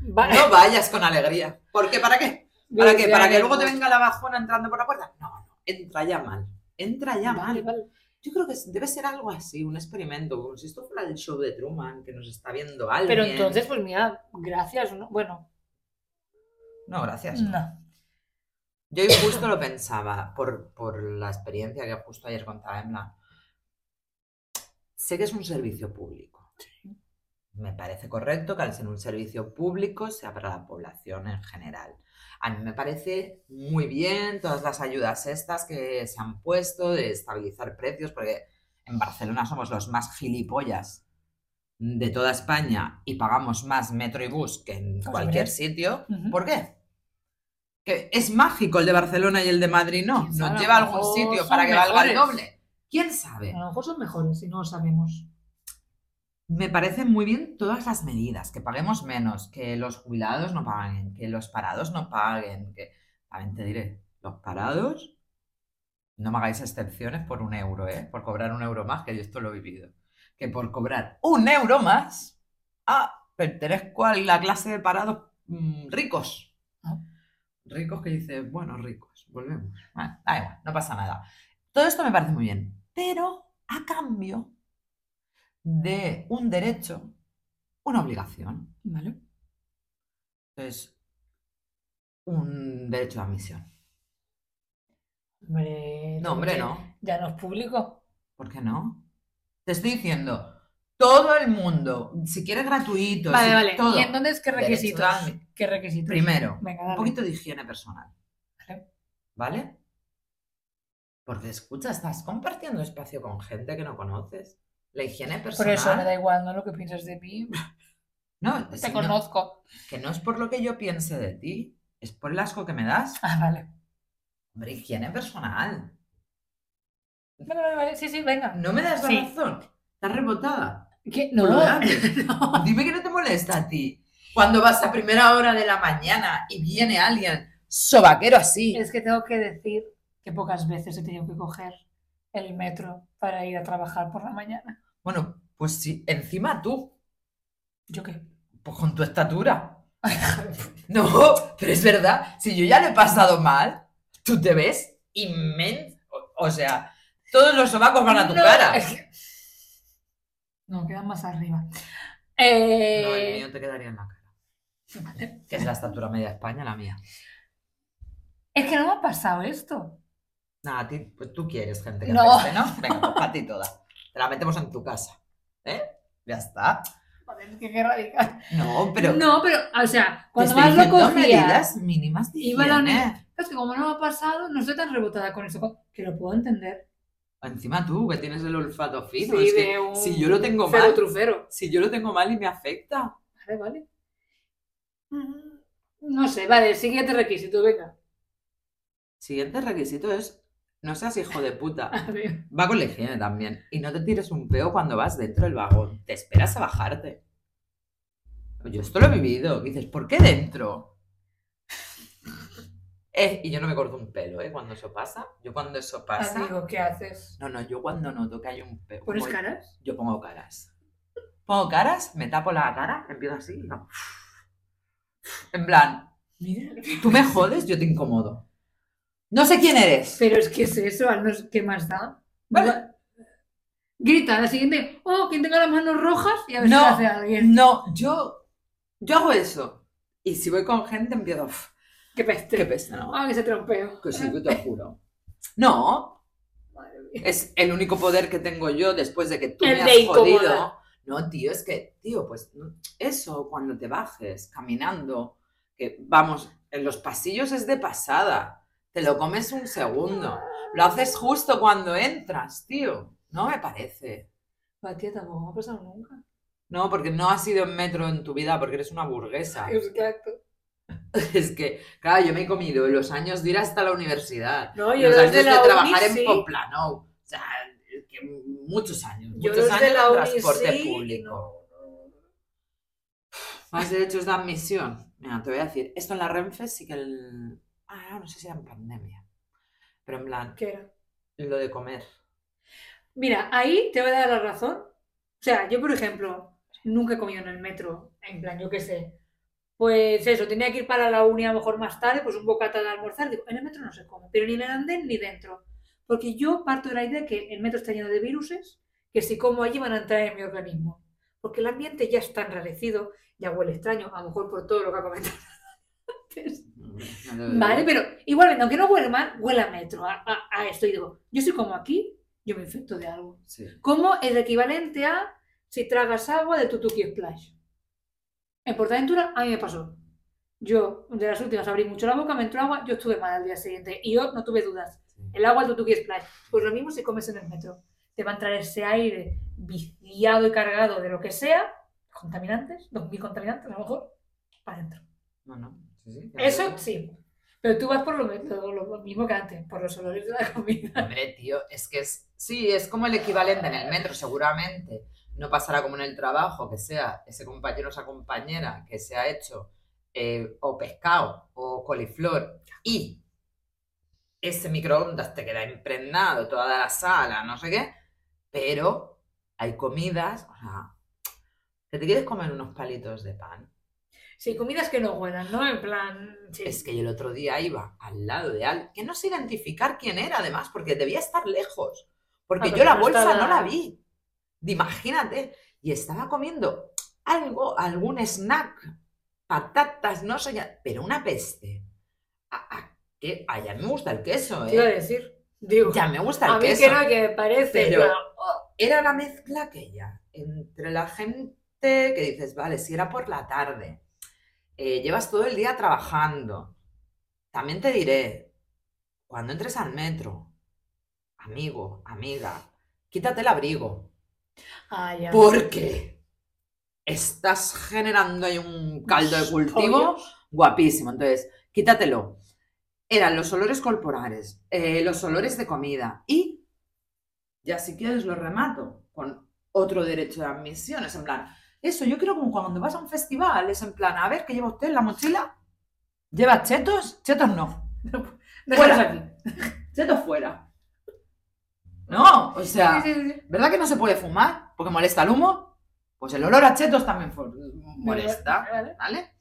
Speaker 1: Vale. *laughs*
Speaker 2: No vayas con alegría. ¿Por qué? ¿Para qué? ¿Para qué?
Speaker 1: Bien,
Speaker 2: ¿Para
Speaker 1: ya
Speaker 2: que luego te
Speaker 1: veremos.
Speaker 2: venga la bajona entrando por la puerta? No, no, entra ya mal. Entra ya
Speaker 1: Vale,
Speaker 2: mal.
Speaker 1: vale.
Speaker 2: Yo creo que es- debe ser algo así, un experimento, como si esto fuera el show de Truman, que nos está viendo alguien.
Speaker 1: Pero entonces, pues mira, gracias. ¿no? Bueno,
Speaker 2: No, gracias.
Speaker 1: no.
Speaker 2: Yo hoy justo lo pensaba, por, por la experiencia que justo ayer contaba en plan, Sé que es un servicio público. Me parece correcto que al ser un servicio público sea para la población en general. A mí me parece muy bien todas las ayudas estas que se han puesto de estabilizar precios, porque en Barcelona somos los más gilipollas de toda España y pagamos más metro y bus que en
Speaker 1: Pues
Speaker 2: cualquier
Speaker 1: hombre.
Speaker 2: sitio.
Speaker 1: Ujú.
Speaker 2: ¿Por qué? Que es mágico el de Barcelona y el de Madrid, no.
Speaker 1: Quién sabe,
Speaker 2: Nos lleva a
Speaker 1: a lo
Speaker 2: algún
Speaker 1: mejor
Speaker 2: sitio
Speaker 1: son
Speaker 2: para que valga el
Speaker 1: mejores.
Speaker 2: doble. ¿Quién sabe?
Speaker 1: A lo mejor son mejores y no lo sabemos.
Speaker 2: Me parecen muy bien todas las medidas, que paguemos menos, que los jubilados no paguen, que los parados no paguen, que... También te diré, los parados, no me hagáis excepciones por un euro, ¿eh? Por cobrar un euro más, que yo esto lo he vivido. Que por cobrar un euro más, ah, pertenezco a la clase de parados mm, ricos.
Speaker 1: Ah.
Speaker 2: Ricos que dices, bueno, ricos, volvemos. Bueno, da igual, no pasa nada. Todo esto me parece muy bien, pero a cambio de un derecho, una obligación.
Speaker 1: Vale.
Speaker 2: Es un derecho de admisión.
Speaker 1: Hombre,
Speaker 2: No, hombre,
Speaker 1: ya-
Speaker 2: no.
Speaker 1: Ya no es público.
Speaker 2: ¿Por qué no? Te estoy diciendo, todo el mundo, si quieres gratuito,
Speaker 1: Vale,
Speaker 2: si-
Speaker 1: vale.
Speaker 2: todo.
Speaker 1: ¿Y entonces qué
Speaker 2: Derecho
Speaker 1: requisitos?
Speaker 2: de admi-
Speaker 1: ¿Qué requisitos?
Speaker 2: Primero,
Speaker 1: Venga,
Speaker 2: un
Speaker 1: dale.
Speaker 2: poquito de higiene personal.
Speaker 1: Vale.
Speaker 2: ¿Vale? Porque escucha, estás compartiendo espacio con gente que no conoces. La higiene
Speaker 1: Por
Speaker 2: personal.
Speaker 1: eso me da igual, ¿no? Lo que piensas de mí.
Speaker 2: No, si
Speaker 1: Te
Speaker 2: no-
Speaker 1: conozco.
Speaker 2: que no es por lo que yo piense de ti, es por el asco que me das.
Speaker 1: Ah, vale.
Speaker 2: Hombre, higiene personal.
Speaker 1: Vale, vale, vale. Sí, sí, venga.
Speaker 2: No me das la
Speaker 1: Sí.
Speaker 2: razón. Estás rebotada.
Speaker 1: ¿Qué?
Speaker 2: No
Speaker 1: No,
Speaker 2: lo
Speaker 1: no. *laughs*
Speaker 2: hables. Dime que no te molesta a ti. Cuando vas a primera hora de la mañana y viene alguien sobaquero así.
Speaker 1: Es que tengo que decir que pocas veces he tenido que coger el metro para ir a trabajar por la mañana.
Speaker 2: Bueno, pues sí, encima tú,
Speaker 1: ¿Yo qué?
Speaker 2: pues con
Speaker 1: *laughs*
Speaker 2: tu estatura. No, pero es verdad, si yo ya lo he pasado mal, tú te ves inmenso. O sea, todos los sobacos van a tu
Speaker 1: No,
Speaker 2: cara.
Speaker 1: es que- No, quedan más arriba. Eh,
Speaker 2: No, el mío te quedaría en la cara. Que es la estatura media España, la mía.
Speaker 1: Es que no me ha pasado esto.
Speaker 2: Nada, a ti, pues tú quieres gente que
Speaker 1: No.
Speaker 2: te esté, ¿no?
Speaker 1: *laughs*
Speaker 2: Venga, pues para ti toda. Te la metemos en tu casa. ¿Eh? Ya está.
Speaker 1: Joder, que qué radical.
Speaker 2: No, pero. te
Speaker 1: No, pero, o sea, cuando
Speaker 2: estoy
Speaker 1: más lo
Speaker 2: diciendo
Speaker 1: cogía.
Speaker 2: medidas mínimas de
Speaker 1: iba la
Speaker 2: higiene.
Speaker 1: Es que como no me ha pasado, no estoy tan rebotada con eso. Que lo puedo entender.
Speaker 2: Encima tú, que tienes el olfato fino.
Speaker 1: Sí,
Speaker 2: es que
Speaker 1: de un
Speaker 2: si yo lo tengo
Speaker 1: Cero
Speaker 2: mal.
Speaker 1: trufero.
Speaker 2: Si yo lo tengo mal y me afecta.
Speaker 1: Vale, vale. Mm, No sé, vale, el siguiente requisito, venga.
Speaker 2: Siguiente requisito es. No seas hijo de puta.
Speaker 1: A ver.
Speaker 2: Va con la higiene también. Y no te tires un peo cuando vas dentro del vagón. Te esperas a bajarte. Yo esto lo he vivido. Y dices, ¿por qué dentro? *laughs* Eh, y yo no me corto un pelo, ¿eh? Cuando eso pasa. Yo cuando eso pasa.
Speaker 1: Amigo, ¿qué haces?
Speaker 2: No, no, yo cuando noto que hay un peo.
Speaker 1: ¿Pones
Speaker 2: voy-
Speaker 1: caras?
Speaker 2: Yo pongo caras. Pongo caras, me tapo la cara, empiezo así. y hago En plan,
Speaker 1: Mira.
Speaker 2: tú me jodes, yo te incomodo. No sé quién eres.
Speaker 1: Pero es que es eso, al no sé ¿qué más da?
Speaker 2: Vale.
Speaker 1: Grita, la siguiente, oh, quien tenga las manos rojas y a ver
Speaker 2: No.
Speaker 1: si lo hace alguien.
Speaker 2: No, yo, yo hago eso. Y si voy con gente, empiezo. "Uf,
Speaker 1: Qué peste.
Speaker 2: Qué peste, ¿no?
Speaker 1: Ah, que se trompeo.
Speaker 2: Que sí, que te lo juro. No,
Speaker 1: Madre mía.
Speaker 2: Es el único poder que tengo yo después de que tú
Speaker 1: El
Speaker 2: me
Speaker 1: de
Speaker 2: has
Speaker 1: incomodar.
Speaker 2: jodido. No, tío, es que, tío, pues no- eso cuando te bajes caminando, que vamos, en los pasillos es de pasada. Te lo comes un segundo. Lo haces justo cuando entras, tío. No me parece.
Speaker 1: A ti tampoco me ha pasado nunca.
Speaker 2: No, porque no has ido en metro en tu vida, porque eres una burguesa.
Speaker 1: Exacto.
Speaker 2: Es que, claro, yo me he comido los años de ir hasta la universidad.
Speaker 1: No, yo
Speaker 2: los
Speaker 1: los
Speaker 2: años
Speaker 1: de
Speaker 2: de,
Speaker 1: la
Speaker 2: trabajar
Speaker 1: uni
Speaker 2: en
Speaker 1: sí.
Speaker 2: Poplano. O sea, que muchos años.
Speaker 1: Yo
Speaker 2: muchos
Speaker 1: los de
Speaker 2: años
Speaker 1: la
Speaker 2: en
Speaker 1: uni
Speaker 2: transporte
Speaker 1: sí,
Speaker 2: público. Más derechos de admisión. Mira, te voy a decir, esto en la Renfe sí que el... Ah, no, no sé si era en pandemia. Pero en plan,
Speaker 1: ¿Qué era?
Speaker 2: lo de comer.
Speaker 1: Mira, ahí te voy a dar la razón. O sea, yo, por ejemplo, nunca he comido en el metro, en plan, yo qué sé. Pues eso, tenía que ir para la uni a lo mejor más tarde, pues un bocata de almorzar. Digo, en el metro no se come, pero ni en el andén ni dentro. Porque yo parto de la idea que el metro está lleno de viruses, que si como allí van a entrar en mi organismo. Porque el ambiente ya está enrarecido, ya huele extraño, a lo mejor por todo lo que ha comentado *laughs* antes.
Speaker 2: No lo-
Speaker 1: Vale, pero igualmente, aunque no huele mal, huele a metro, a, a- a esto. Y digo, yo soy como aquí, yo me infecto de algo.
Speaker 2: Sí.
Speaker 1: Como el equivalente a si tragas agua de Tutuki Splash. En Portaventura a mí me pasó. Yo, de las últimas, abrí mucho la boca, me entró agua, yo estuve mal al día siguiente. Y yo no tuve dudas. El agua del Tutuki Splash. Pues lo mismo si comes en el metro. Te va a entrar ese aire viciado y cargado de lo que sea, contaminantes, 2.000 contaminantes a lo mejor, para adentro.
Speaker 2: No, no. Sí, sí, que
Speaker 1: Eso
Speaker 2: no.
Speaker 1: sí. Pero tú vas por lo, lo- lo mismo que antes, por los olores de la
Speaker 2: *laughs*
Speaker 1: comida.
Speaker 2: Hombre, tío, es que es, sí, es como el equivalente en el metro, seguramente. No pasará como en el trabajo, que sea ese compañero o esa compañera que se ha hecho eh, o pescado o coliflor y ese microondas te queda impregnado toda la sala, no sé qué, pero hay comidas, o sea, que te quieres comer unos palitos de pan.
Speaker 1: Sí, comidas que no huelan, ¿no? En plan. Sí.
Speaker 2: Es que yo el otro día iba al lado de alguien, que no sé identificar quién era además, porque debía estar lejos, porque
Speaker 1: Ah, pero
Speaker 2: yo la
Speaker 1: no
Speaker 2: bolsa
Speaker 1: estaba-
Speaker 2: no la vi. De- Imagínate, y estaba comiendo algo, algún snack, patatas, no sé, ya- pero una peste. A, a- que, a ya me gusta el queso,
Speaker 1: Te iba a
Speaker 2: ¿eh?
Speaker 1: decir. Digo,
Speaker 2: Ya me gusta el
Speaker 1: a mí
Speaker 2: queso.
Speaker 1: que no, que me parece.
Speaker 2: Pero-
Speaker 1: la- oh,
Speaker 2: Era la mezcla aquella entre la gente que dices, vale, si era por la tarde, eh, llevas todo el día trabajando. También te diré, cuando entres al metro, amigo, amiga, quítate el abrigo,
Speaker 1: ah, ya.
Speaker 2: porque estás generando ahí un caldo de cultivo guapísimo. Entonces, quítatelo. Eran los olores corporales, eh, los olores de comida y ya si quieres lo remato con otro derecho de admisión. Es en plan, eso yo creo como cuando vas a un festival, es en plan, a ver, ¿qué lleva usted en la mochila? ¿Lleva chetos? Chetos no.
Speaker 1: Déjalos
Speaker 2: Fuera.
Speaker 1: aquí.
Speaker 2: Chetos fuera. No, o sea...
Speaker 1: Sí, sí, sí.
Speaker 2: ¿Verdad que no se puede fumar porque molesta el humo? Pues el olor a chetos también fu- molesta,
Speaker 1: Vale.
Speaker 2: ¿vale?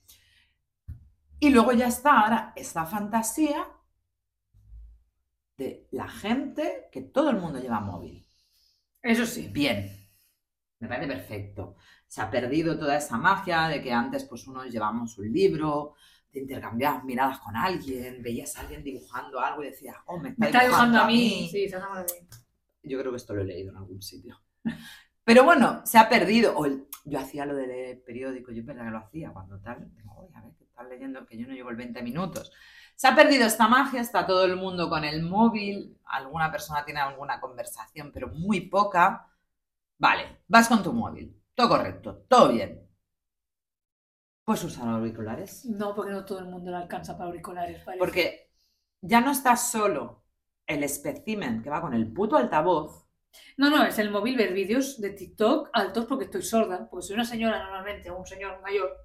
Speaker 2: Y luego ya está ahora esta fantasía de la gente que todo el mundo lleva móvil.
Speaker 1: Eso sí.
Speaker 2: Bien, me parece perfecto. Se ha perdido toda esa magia de que antes pues unos llevamos un libro, te intercambiabas miradas con alguien, veías a alguien dibujando algo y decías, oh, me está,
Speaker 1: Me está
Speaker 2: dibujando, a mí.
Speaker 1: Sí, está dejando a mí.
Speaker 2: Yo creo que esto lo he leído en algún sitio. *laughs* Pero bueno, se ha perdido. O el- yo hacía lo del eh, periódico, yo es verdad que lo hacía cuando tal. Digo, "Uy, a ver, que estás leyendo que yo no llevo el 20 minutos. Se ha perdido esta magia, está todo el mundo con el móvil, alguna persona tiene alguna conversación, pero muy poca. Vale, vas con tu móvil, todo correcto, todo bien. Pues usar auriculares.
Speaker 1: No, porque no todo el mundo le alcanza para auriculares. parece.
Speaker 2: Porque ya no estás solo el espécimen que va con el puto altavoz.
Speaker 1: No, no, es el móvil ver vídeos de TikTok altos porque estoy sorda, porque soy una señora normalmente o un señor mayor.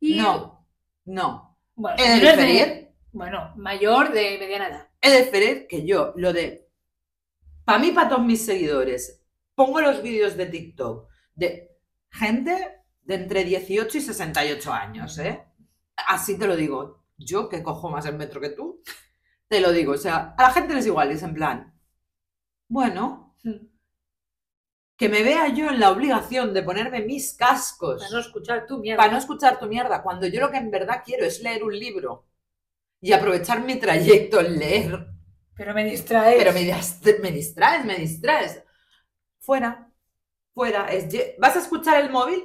Speaker 1: Y
Speaker 2: No, no.
Speaker 1: Bueno,
Speaker 2: He de
Speaker 1: señores de-
Speaker 2: diferir,
Speaker 1: bueno, mayor de mediana edad.
Speaker 2: he de diferir que yo, lo de, para mí, para todos mis seguidores, pongo los vídeos de TikTok de gente de entre 18 y 68 años, ¿eh? Así te lo digo. Yo que cojo más el metro que tú, te lo digo. O sea, a la gente les igual, es en plan, bueno,
Speaker 1: Para
Speaker 2: que me vea yo en la obligación de ponerme mis cascos.
Speaker 1: no escuchar tu mierda.
Speaker 2: para no escuchar tu mierda, cuando yo lo que en verdad quiero es leer un libro y aprovechar mi trayecto en leer.
Speaker 1: Pero me distraes.
Speaker 2: Pero me, dist- me distraes, me distraes. Fuera, fuera. Es lle- ¿Vas a escuchar el móvil?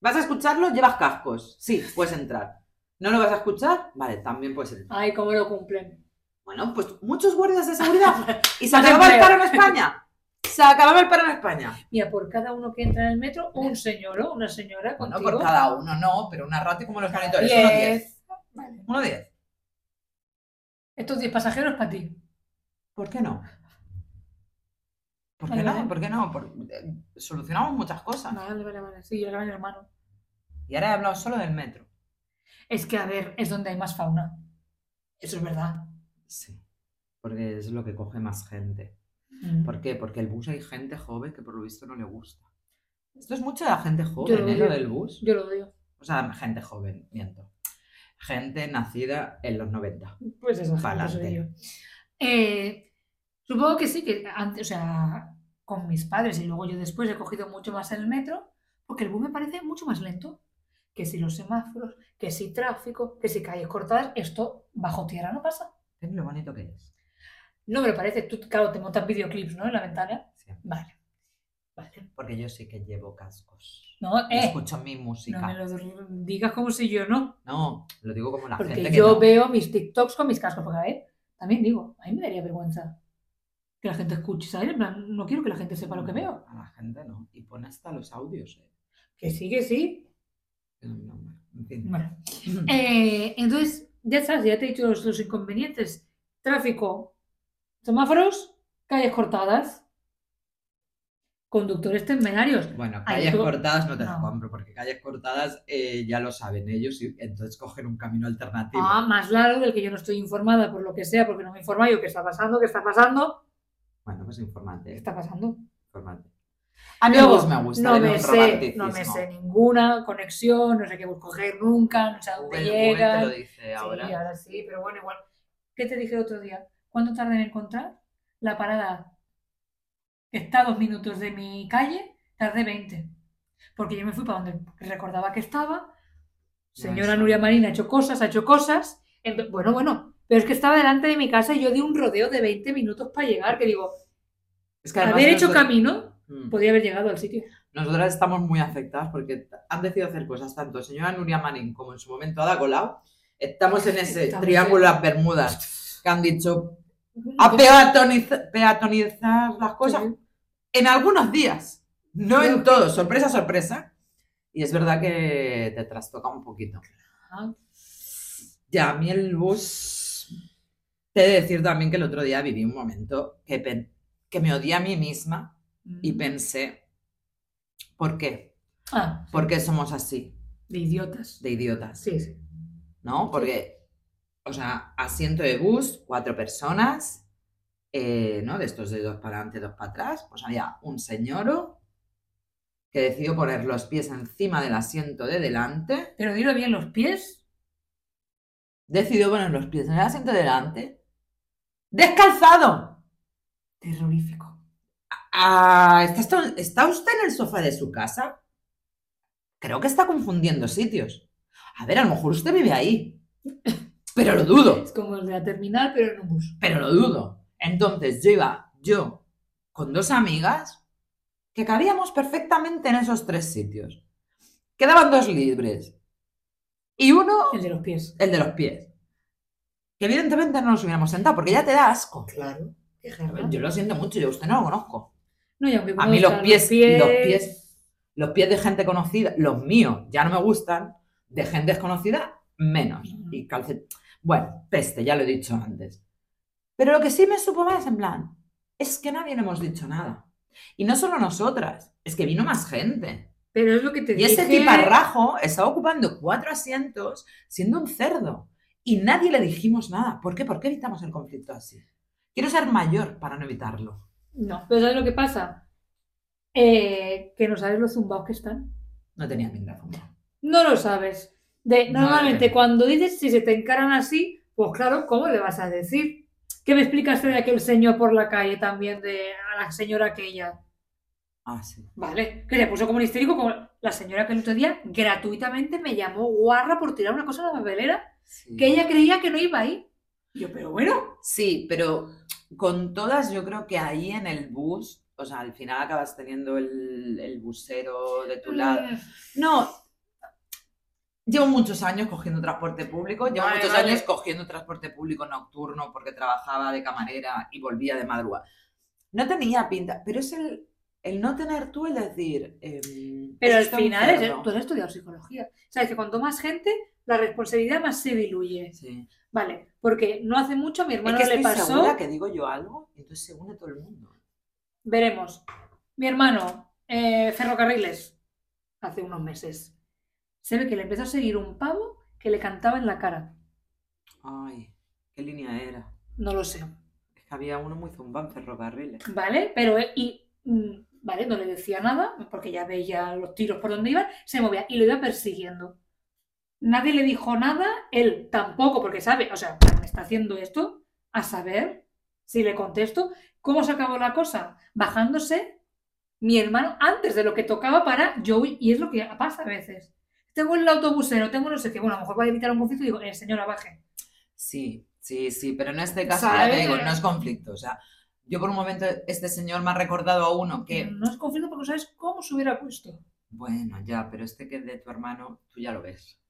Speaker 2: ¿Vas a escucharlo? ¿Llevas cascos? Sí, puedes entrar. ¿No lo vas a escuchar? Vale, también puedes entrar.
Speaker 1: Ay, cómo lo cumplen.
Speaker 2: Bueno, pues muchos guardias de *laughs* seguridad. Y se
Speaker 1: No te
Speaker 2: acababa el
Speaker 1: creo.
Speaker 2: paro en España. Se acababa el paro en España.
Speaker 1: Mira, por cada uno que entra en el metro, un señor o una señora
Speaker 2: Bueno,
Speaker 1: contigo.
Speaker 2: por cada uno, no, pero una ratio como los monitores. Uno diez.
Speaker 1: Diez. Vale.
Speaker 2: Uno diez.
Speaker 1: Estos 10 pasajeros para ti.
Speaker 2: ¿Por qué no? ¿Por qué
Speaker 1: Vale,
Speaker 2: no?
Speaker 1: vale.
Speaker 2: ¿Por qué no? Por- eh, Solucionamos muchas cosas.
Speaker 1: Vale, vale, vale. Sí, yo era mi hermano.
Speaker 2: Y ahora he hablado solo del metro.
Speaker 1: Es que, a ver, es donde hay más fauna. Eso es verdad.
Speaker 2: Sí. Porque es lo que coge más gente.
Speaker 1: Mm.
Speaker 2: ¿Por qué? Porque el bus hay gente joven que por lo visto no le gusta. Esto es mucho de la gente
Speaker 1: Yo
Speaker 2: joven,
Speaker 1: lo
Speaker 2: ¿eh? Lo
Speaker 1: digo.
Speaker 2: del bus.
Speaker 1: Yo lo digo.
Speaker 2: O sea, gente joven, miento. Gente nacida en los 90.
Speaker 1: Pues eso,
Speaker 2: Pa'lante.
Speaker 1: soy yo. Eh, supongo que sí, que antes, o sea, con mis padres y luego yo después he cogido mucho más el metro, porque el bus me parece mucho más lento. Que si los semáforos, que si tráfico, que si calles cortadas, esto bajo tierra no pasa.
Speaker 2: ¿Ves lo bonito que es?
Speaker 1: No me lo parece. Tú, claro, te montas videoclips, ¿no? En la ventana.
Speaker 2: Sí.
Speaker 1: Vale. Vale.
Speaker 2: Porque yo sí que llevo cascos.
Speaker 1: No,
Speaker 2: Y
Speaker 1: eh.
Speaker 2: Escucho mi música.
Speaker 1: No me
Speaker 2: No,
Speaker 1: lo digas como si yo no.
Speaker 2: lo digo como la gente
Speaker 1: Porque
Speaker 2: que
Speaker 1: yo
Speaker 2: no.
Speaker 1: veo mis TikToks con mis cascos, porque a ver, también digo, a mí me daría vergüenza que la gente escuche, ¿sabes? En plan, no quiero que la gente sepa lo que veo.
Speaker 2: A la gente no. Y pone hasta los audios, ¿eh?
Speaker 1: Que sí, que sí.
Speaker 2: No, no, no. En fin.
Speaker 1: Bueno,
Speaker 2: *laughs*
Speaker 1: eh, entonces, ya sabes, ya te he dicho los, los inconvenientes. Tráfico, semáforos, calles cortadas, conductores temerarios.
Speaker 2: Bueno,
Speaker 1: Ay,
Speaker 2: calles
Speaker 1: yo-
Speaker 2: cortadas no te las
Speaker 1: no.
Speaker 2: compro, porque calles cortadas eh, ya lo saben ellos y entonces cogen un camino alternativo.
Speaker 1: Ah, más largo del que yo no estoy informada por lo que sea, porque no me informa yo qué está pasando, qué está pasando,
Speaker 2: Bueno, pues
Speaker 1: qué
Speaker 2: informate,
Speaker 1: está pasando.
Speaker 2: informate. A mí el
Speaker 1: Luego,
Speaker 2: bus me gusta,
Speaker 1: no
Speaker 2: el
Speaker 1: me sé, no me
Speaker 2: Pues romanticismo.
Speaker 1: sé ninguna conexión, no sé qué voy a coger nunca, no sé a dónde
Speaker 2: Google, Google pues te lo
Speaker 1: llegan.
Speaker 2: dice
Speaker 1: Sí,
Speaker 2: ahora.
Speaker 1: ahora sí, pero bueno, igual. ¿Qué te dije el otro día? ¿Cuánto tarda en encontrar la parada que está a dos minutos de mi calle? Tardé 20. Porque yo me fui para donde recordaba que estaba. Señora
Speaker 2: eso.
Speaker 1: Nuria Marina ha hecho cosas, ha hecho cosas. Empe- Bueno, bueno, pero es que estaba delante de mi casa y yo di un rodeo de 20 minutos para llegar, que digo,
Speaker 2: Es que además
Speaker 1: haber hecho
Speaker 2: nosotros-
Speaker 1: camino, Pues-
Speaker 2: Mm.
Speaker 1: podía haber llegado al sitio.
Speaker 2: Nosotras estamos muy afectadas porque han decidido hacer cosas tanto señora Nuria Marín como en su momento Ada Colau.
Speaker 1: *laughs*
Speaker 2: Estamos en ese
Speaker 1: Estamos
Speaker 2: triángulo
Speaker 1: en-
Speaker 2: las Bermudas que han dicho a peatoniza- peatonizar las Ah, cosas en algunos días, no en
Speaker 1: Yo-
Speaker 2: todos, sorpresa, sorpresa. Y es verdad que te trastoca un poquito.
Speaker 1: Ah,
Speaker 2: Ya, a mí el bus. Te he de decir también que el otro día viví un momento que, pen- que me odié a mí misma y
Speaker 1: mm.
Speaker 2: pensé, ¿por qué?
Speaker 1: Ah,
Speaker 2: ¿Por qué somos así?
Speaker 1: de idiotas.
Speaker 2: de idiotas,
Speaker 1: Sí, sí.
Speaker 2: ¿no? Porque, o sea, asiento de bus, cuatro personas, eh, ¿no? De estos de dos para adelante, dos para atrás, pues había un señor que decidió poner los pies encima del asiento de delante,
Speaker 1: Pero dilo bien, los pies.
Speaker 2: decidió poner los pies en el asiento de delante, descalzado.
Speaker 1: Terrorífico.
Speaker 2: Ah, ¿está, esto- está usted en el sofá de su casa? Creo que está confundiendo sitios. A ver, a lo mejor usted vive ahí, pero lo dudo.
Speaker 1: Es como el de la terminal, pero en un bus.
Speaker 2: pero lo dudo. Entonces yo iba, yo, con dos amigas, que cabíamos perfectamente en esos tres sitios. Quedaban dos libres. Y uno,
Speaker 1: El de los pies.
Speaker 2: el de los pies. Que evidentemente no nos hubiéramos sentado, porque ya te da asco.
Speaker 1: Claro. Qué
Speaker 2: A ver,
Speaker 1: jarra.
Speaker 2: Yo lo siento mucho, yo a usted no lo conozco.
Speaker 1: No, y aunque
Speaker 2: A mí
Speaker 1: conozca
Speaker 2: los pies, los pies, los pies de gente conocida, los míos ya no me gustan, de gente desconocida menos.
Speaker 1: Ujú.
Speaker 2: Y calcet... Bueno, peste, ya lo he dicho antes. Pero lo que sí me supo más en plan, es que nadie le hemos dicho nada. Y no solo nosotras, es que vino más gente.
Speaker 1: Pero es lo que te
Speaker 2: Y ese
Speaker 1: dije.
Speaker 2: tiparrajo estaba ocupando cuatro asientos siendo un cerdo. Y nadie le dijimos nada. ¿Por qué? ¿Por qué evitamos el conflicto así? Quiero ser mayor para no evitarlo.
Speaker 1: No, pero ¿sabes lo que pasa? Eh, que no sabes los zumbados que están.
Speaker 2: No tenía pinta de fumar.
Speaker 1: No lo sabes. De,
Speaker 2: No,
Speaker 1: normalmente
Speaker 2: de-
Speaker 1: cuando dices si se te encaran así, pues claro, ¿cómo le vas a decir? ¿Qué me explicaste de aquel señor por la calle también, de a la señora aquella?
Speaker 2: Ah, sí.
Speaker 1: Vale, que se puso como un histérico, como la señora que el otro día gratuitamente me llamó guarra por tirar una cosa a la papelera
Speaker 2: Sí.
Speaker 1: que ella creía que no iba ahí. Yo, pero bueno,
Speaker 2: Sí, pero con todas yo creo que ahí en el bus, o sea, al final acabas teniendo el, el busero de tu lado.
Speaker 1: mm,
Speaker 2: No, llevo muchos años cogiendo transporte público, llevo
Speaker 1: Vale,
Speaker 2: muchos
Speaker 1: vale.
Speaker 2: años cogiendo transporte público nocturno porque trabajaba de camarera y volvía de madrugada. No tenía pinta, pero es el, el no tener tú el decir... em,
Speaker 1: pero al
Speaker 2: esto es un
Speaker 1: final es-
Speaker 2: cerdo.
Speaker 1: tú has estudiado psicología. Sabes que cuanto más gente, la responsabilidad más se diluye.
Speaker 2: Sí.
Speaker 1: Vale, porque no hace mucho a mi hermano
Speaker 2: es que
Speaker 1: le
Speaker 2: estoy
Speaker 1: pasó.
Speaker 2: segura que digo yo algo y entonces se une todo el mundo.
Speaker 1: Veremos. Mi hermano, eh, ferrocarriles, hace unos meses. Se ve que le empezó a seguir un pavo que le cantaba en la cara.
Speaker 2: Ay, qué línea era.
Speaker 1: No lo sé.
Speaker 2: Es que había uno muy zumbán en ferrocarriles.
Speaker 1: ¿Vale? Pero, eh, y, mm, ¿vale? No le decía nada, porque ya veía los tiros por donde iban, se movía y lo iba persiguiendo. Nadie le dijo nada, él tampoco, porque sabe, o sea, me está haciendo esto, a saber si le contesto. ¿Cómo se acabó la cosa? Bajándose mi hermano antes de lo que tocaba para Joey, y es lo que pasa a veces. Tengo el autobusero, tengo no sé qué, bueno, a lo mejor va a evitar un conflicto y digo, eh, señora, baje.
Speaker 2: Sí, sí, sí, pero en este caso, ya
Speaker 1: ¿Sabes?
Speaker 2: te digo, no es conflicto. O sea, yo por un momento, este señor me ha recordado a uno que,
Speaker 1: No es conflicto porque no sabes cómo se hubiera puesto.
Speaker 2: bueno, ya, pero este que es de tu hermano, tú ya lo ves.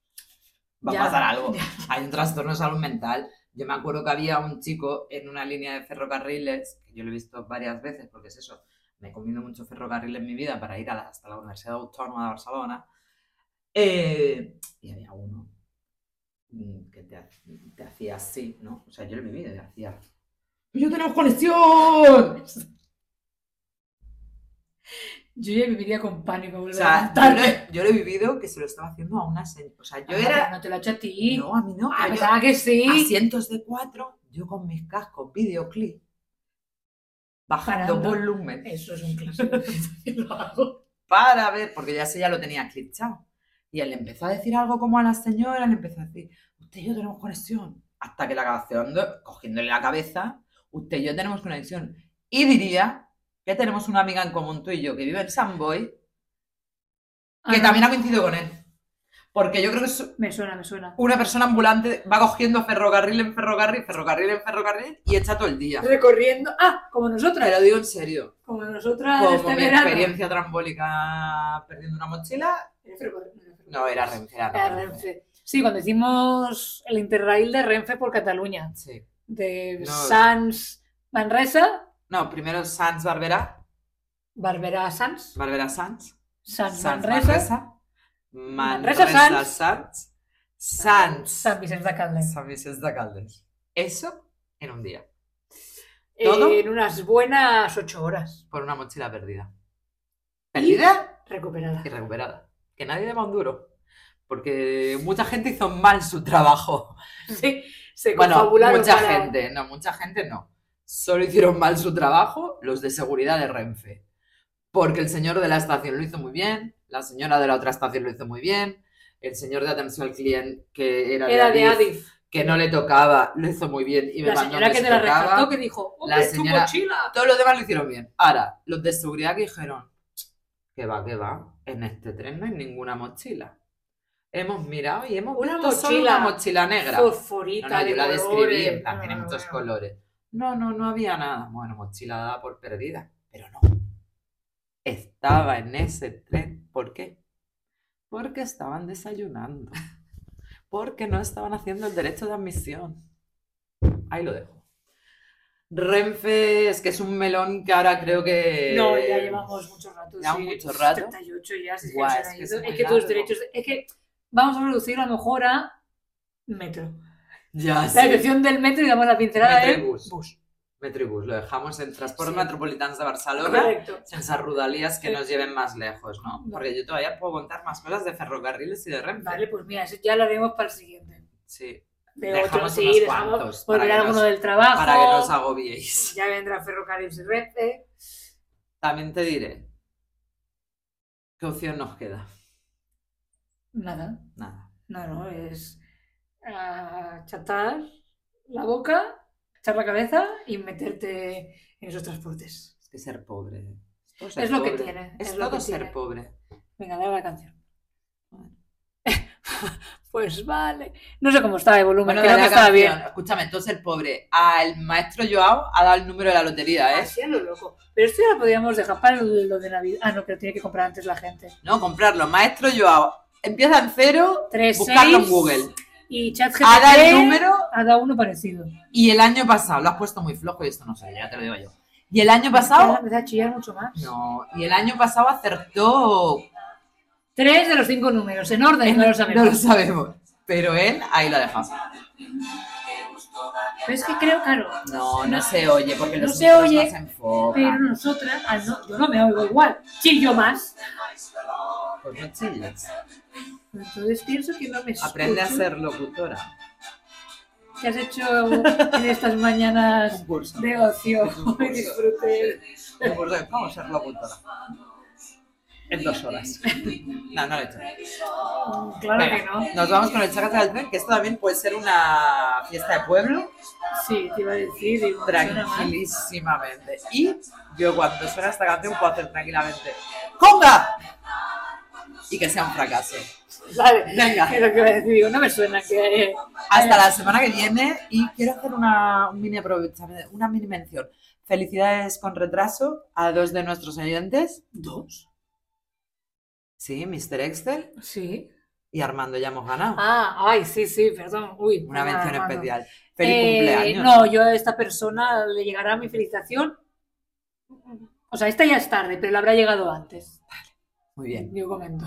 Speaker 2: Va
Speaker 1: Ya,
Speaker 2: a pasar algo.
Speaker 1: ya.
Speaker 2: *laughs* Hay un trastorno de salud mental. Yo me acuerdo que había un chico en una línea de ferrocarriles, que yo lo he visto varias veces, porque es eso, me he comido mucho ferrocarril en mi vida para ir a la- hasta la Universidad Autónoma de Barcelona. Eh, y había uno mm, que te, ha- te hacía así, ¿no? O sea, yo en mi vida te hacía. ¡Yo tenemos conexión!
Speaker 1: Yo ya viviría con pánico,
Speaker 2: O
Speaker 1: volver a
Speaker 2: sea, yo
Speaker 1: levantarme.
Speaker 2: lo, he- yo lo he vivido que se lo estaba haciendo a una señora. O sea, yo
Speaker 1: Ah,
Speaker 2: era.
Speaker 1: pero No te lo ha hecho a ti.
Speaker 2: No, a mí no.
Speaker 1: Ah,
Speaker 2: pero yo-
Speaker 1: ¿verdad que sí?
Speaker 2: asientos de cuatro, yo con mis cascos, videoclip, bajando
Speaker 1: Parando.
Speaker 2: volumen
Speaker 1: Eso es un clásico.
Speaker 2: *laughs*
Speaker 1: Yo lo hago.
Speaker 2: para ver, porque ya sé, ya lo tenía clichado. Y él le empezó a decir algo como a la señora, le empezó a decir, usted y yo tenemos conexión. Hasta que la acabaste dando- cogiéndole la cabeza, usted y yo tenemos conexión. Y diría que tenemos una amiga en común, tú y yo, que vive en Samboy,
Speaker 1: Ah,
Speaker 2: que
Speaker 1: no.
Speaker 2: también ha coincidido con él. Porque yo creo que es
Speaker 1: Me suena, me suena.
Speaker 2: una persona ambulante va cogiendo ferrocarril en ferrocarril, ferrocarril en ferrocarril y está todo el día.
Speaker 1: Recorriendo. Ah, como nosotras.
Speaker 2: Te lo digo en serio.
Speaker 1: Como nosotras
Speaker 2: Como
Speaker 1: este
Speaker 2: mi
Speaker 1: verano.
Speaker 2: experiencia trambólica perdiendo una mochila,
Speaker 1: Renfe, por- Renfe.
Speaker 2: no era Renfe, era
Speaker 1: Ah, Renfe. Sí, cuando hicimos el Interrail de Renfe por Cataluña,
Speaker 2: Sí.
Speaker 1: de
Speaker 2: No.
Speaker 1: Sans Manresa,
Speaker 2: No, primero Sans Barbera,
Speaker 1: Barberá Sans,
Speaker 2: Barbera Sans,
Speaker 1: Sans
Speaker 2: Sans
Speaker 1: Manresa,
Speaker 2: Manresa,
Speaker 1: Manresa
Speaker 2: Manresa Sans, Sans,
Speaker 1: San Vicent de Caldes.
Speaker 2: San Vicente de Caldes. Eso en un día, ¿Todo?
Speaker 1: En unas buenas ocho horas.
Speaker 2: por una mochila perdida. ¿Perdida?
Speaker 1: Recuperada.
Speaker 2: Y recuperada. Que nadie deba un duro. Porque mucha gente hizo mal su trabajo.
Speaker 1: *laughs* Sí, se
Speaker 2: Bueno,
Speaker 1: confabularon
Speaker 2: mucha
Speaker 1: para-
Speaker 2: gente, no, mucha gente no. Solo hicieron mal su trabajo los de seguridad de Renfe. Porque el señor de la estación lo hizo muy bien, la señora de la otra estación lo hizo muy bien, el señor de atención al cliente, que era,
Speaker 1: Era de
Speaker 2: Adif,
Speaker 1: Adif.
Speaker 2: que no le tocaba, lo hizo muy bien y me
Speaker 1: La
Speaker 2: mandó
Speaker 1: señora
Speaker 2: donde
Speaker 1: que te
Speaker 2: se
Speaker 1: la
Speaker 2: tocaba.
Speaker 1: rescató que dijo, hombre, es tu
Speaker 2: señora-
Speaker 1: mochila.
Speaker 2: Todos los demás lo hicieron bien. Ahora, los de seguridad que dijeron, que va, que va, en este tren no hay ninguna mochila. Hemos mirado y hemos
Speaker 1: Una
Speaker 2: visto solo
Speaker 1: mochila
Speaker 2: una mochila negra.
Speaker 1: Fosforita
Speaker 2: No, no,
Speaker 1: de
Speaker 2: yo la describí,
Speaker 1: colores. Ah,
Speaker 2: en plan,
Speaker 1: No,
Speaker 2: tiene
Speaker 1: no,
Speaker 2: muchos
Speaker 1: no.
Speaker 2: colores. No, no, no había nada. Bueno, mochila dada por perdida, pero no. Estaba en ese tren. ¿Por qué? Porque estaban desayunando. *laughs* Porque no estaban haciendo el derecho de admisión. Ahí lo dejo. Renfe es que es un melón que ahora creo que...
Speaker 1: No, ya llevamos mucho rato.
Speaker 2: Ya
Speaker 1: sí.
Speaker 2: mucho rato.
Speaker 1: 78 ya, sí,
Speaker 2: Guau,
Speaker 1: que
Speaker 2: es
Speaker 1: se han ido.
Speaker 2: que es muy
Speaker 1: Es que tus
Speaker 2: largo.
Speaker 1: derechos... Es que vamos a reducirlo a lo mejor a metro.
Speaker 2: Ya,
Speaker 1: La
Speaker 2: ¿Ah, sí.
Speaker 1: excepción del metro y damos la pincelada
Speaker 2: Metro y
Speaker 1: de
Speaker 2: bus.
Speaker 1: bus.
Speaker 2: Metrobús, lo dejamos en Transportes
Speaker 1: Sí.
Speaker 2: Metropolitanos de Barcelona.
Speaker 1: Correcto.
Speaker 2: esas rudalías que
Speaker 1: Sí.
Speaker 2: nos lleven más lejos, ¿no?
Speaker 1: No.
Speaker 2: Porque yo todavía puedo contar más cosas de ferrocarriles y de Renfe.
Speaker 1: Vale, pues mira, eso ya lo haremos para el siguiente.
Speaker 2: Sí,
Speaker 1: De
Speaker 2: Dejamos
Speaker 1: otro, sí,
Speaker 2: unos
Speaker 1: dejamos
Speaker 2: cuantos para
Speaker 1: volver
Speaker 2: que
Speaker 1: a alguno
Speaker 2: nos-
Speaker 1: del trabajo.
Speaker 2: para que no os agobiéis.
Speaker 1: Ya vendrá ferrocarril y Renfe.
Speaker 2: También te diré, ¿qué opción nos queda?
Speaker 1: Nada.
Speaker 2: Nada.
Speaker 1: No, no, es ah, achatar la boca, echar la cabeza y meterte en esos transportes.
Speaker 2: Es que ser pobre. todo ser
Speaker 1: Es lo que
Speaker 2: pobre.
Speaker 1: tiene.
Speaker 2: Es,
Speaker 1: es lo
Speaker 2: todo
Speaker 1: que
Speaker 2: ser
Speaker 1: tiene.
Speaker 2: pobre.
Speaker 1: Venga, dale a la canción.
Speaker 2: Bueno.
Speaker 1: *laughs* pues vale. No sé cómo está de volumen,
Speaker 2: Bueno, de
Speaker 1: creo que
Speaker 2: la
Speaker 1: está
Speaker 2: canción,
Speaker 1: bien.
Speaker 2: Escúchame, entonces el pobre, al maestro Joao ha dado el número de la lotería, ¿eh?
Speaker 1: Así Ah, a lo loco. Pero esto ya lo podríamos dejar para lo lo de Navidad. Ah, no, que lo tiene que comprar antes la gente.
Speaker 2: No, comprarlo. Maestro Joao, empieza en cero,
Speaker 1: 3,
Speaker 2: buscarlo en Google.
Speaker 1: Y ChatGPT
Speaker 2: Ha dado el número
Speaker 1: ha dado uno parecido.
Speaker 2: y el año pasado, lo has puesto muy flojo y esto no sé, ya te lo digo yo. Y el año pasado,
Speaker 1: Empezó a chillar mucho más.
Speaker 2: no, y el año pasado acertó.
Speaker 1: Tres de los cinco números, en orden, no lo sabemos.
Speaker 2: No lo sabemos. Pero él ahí lo ha dejado.
Speaker 1: Pero es que creo, claro,
Speaker 2: No, no se oye porque
Speaker 1: No
Speaker 2: los
Speaker 1: se
Speaker 2: micros
Speaker 1: oye,
Speaker 2: no se enfocan.
Speaker 1: pero nosotras, ah, no, yo no me oigo igual, chillo más.
Speaker 2: Pues no chilles.
Speaker 1: Entonces pienso que no me
Speaker 2: Aprende a
Speaker 1: escucho.
Speaker 2: ser locutora.
Speaker 1: ¿Qué has hecho en estas mañanas
Speaker 2: Un curso.
Speaker 1: de ocio
Speaker 2: *laughs* Es un
Speaker 1: y
Speaker 2: curso.
Speaker 1: disfrute?
Speaker 2: Un curso de cómo ser locutora. En dos
Speaker 1: *laughs*
Speaker 2: horas. No, no lo he hecho.
Speaker 1: Claro
Speaker 2: Venga,
Speaker 1: que no.
Speaker 2: Nos vamos con el chacata del tren, que esto también puede ser una fiesta de pueblo
Speaker 1: Sí, te iba a decir, digo, suena mal.
Speaker 2: tranquilísimamente. Y yo cuando suena esta canción puedo hacer tranquilamente ¡Conga! Y que sea un fracaso.
Speaker 1: Vale,
Speaker 2: Venga.
Speaker 1: es lo que iba a decir, digo, no me suena que... eh,
Speaker 2: Hasta la semana que viene y quiero hacer una un mini aprovechamiento, una mini mención. Felicidades con retraso a dos de nuestros oyentes. ¿Dos? Sí, Mr. Excel
Speaker 1: Sí.
Speaker 2: y Armando, ya hemos ganado.
Speaker 1: Ah, ay, sí, sí, perdón. Uy,
Speaker 2: una mención
Speaker 1: Armando.
Speaker 2: especial. Feliz
Speaker 1: Eh,
Speaker 2: cumpleaños.
Speaker 1: No, yo a esta persona le llegará mi felicitación. O sea, esta ya es tarde, pero le habrá llegado antes.
Speaker 2: Muy bien.
Speaker 1: Yo comento.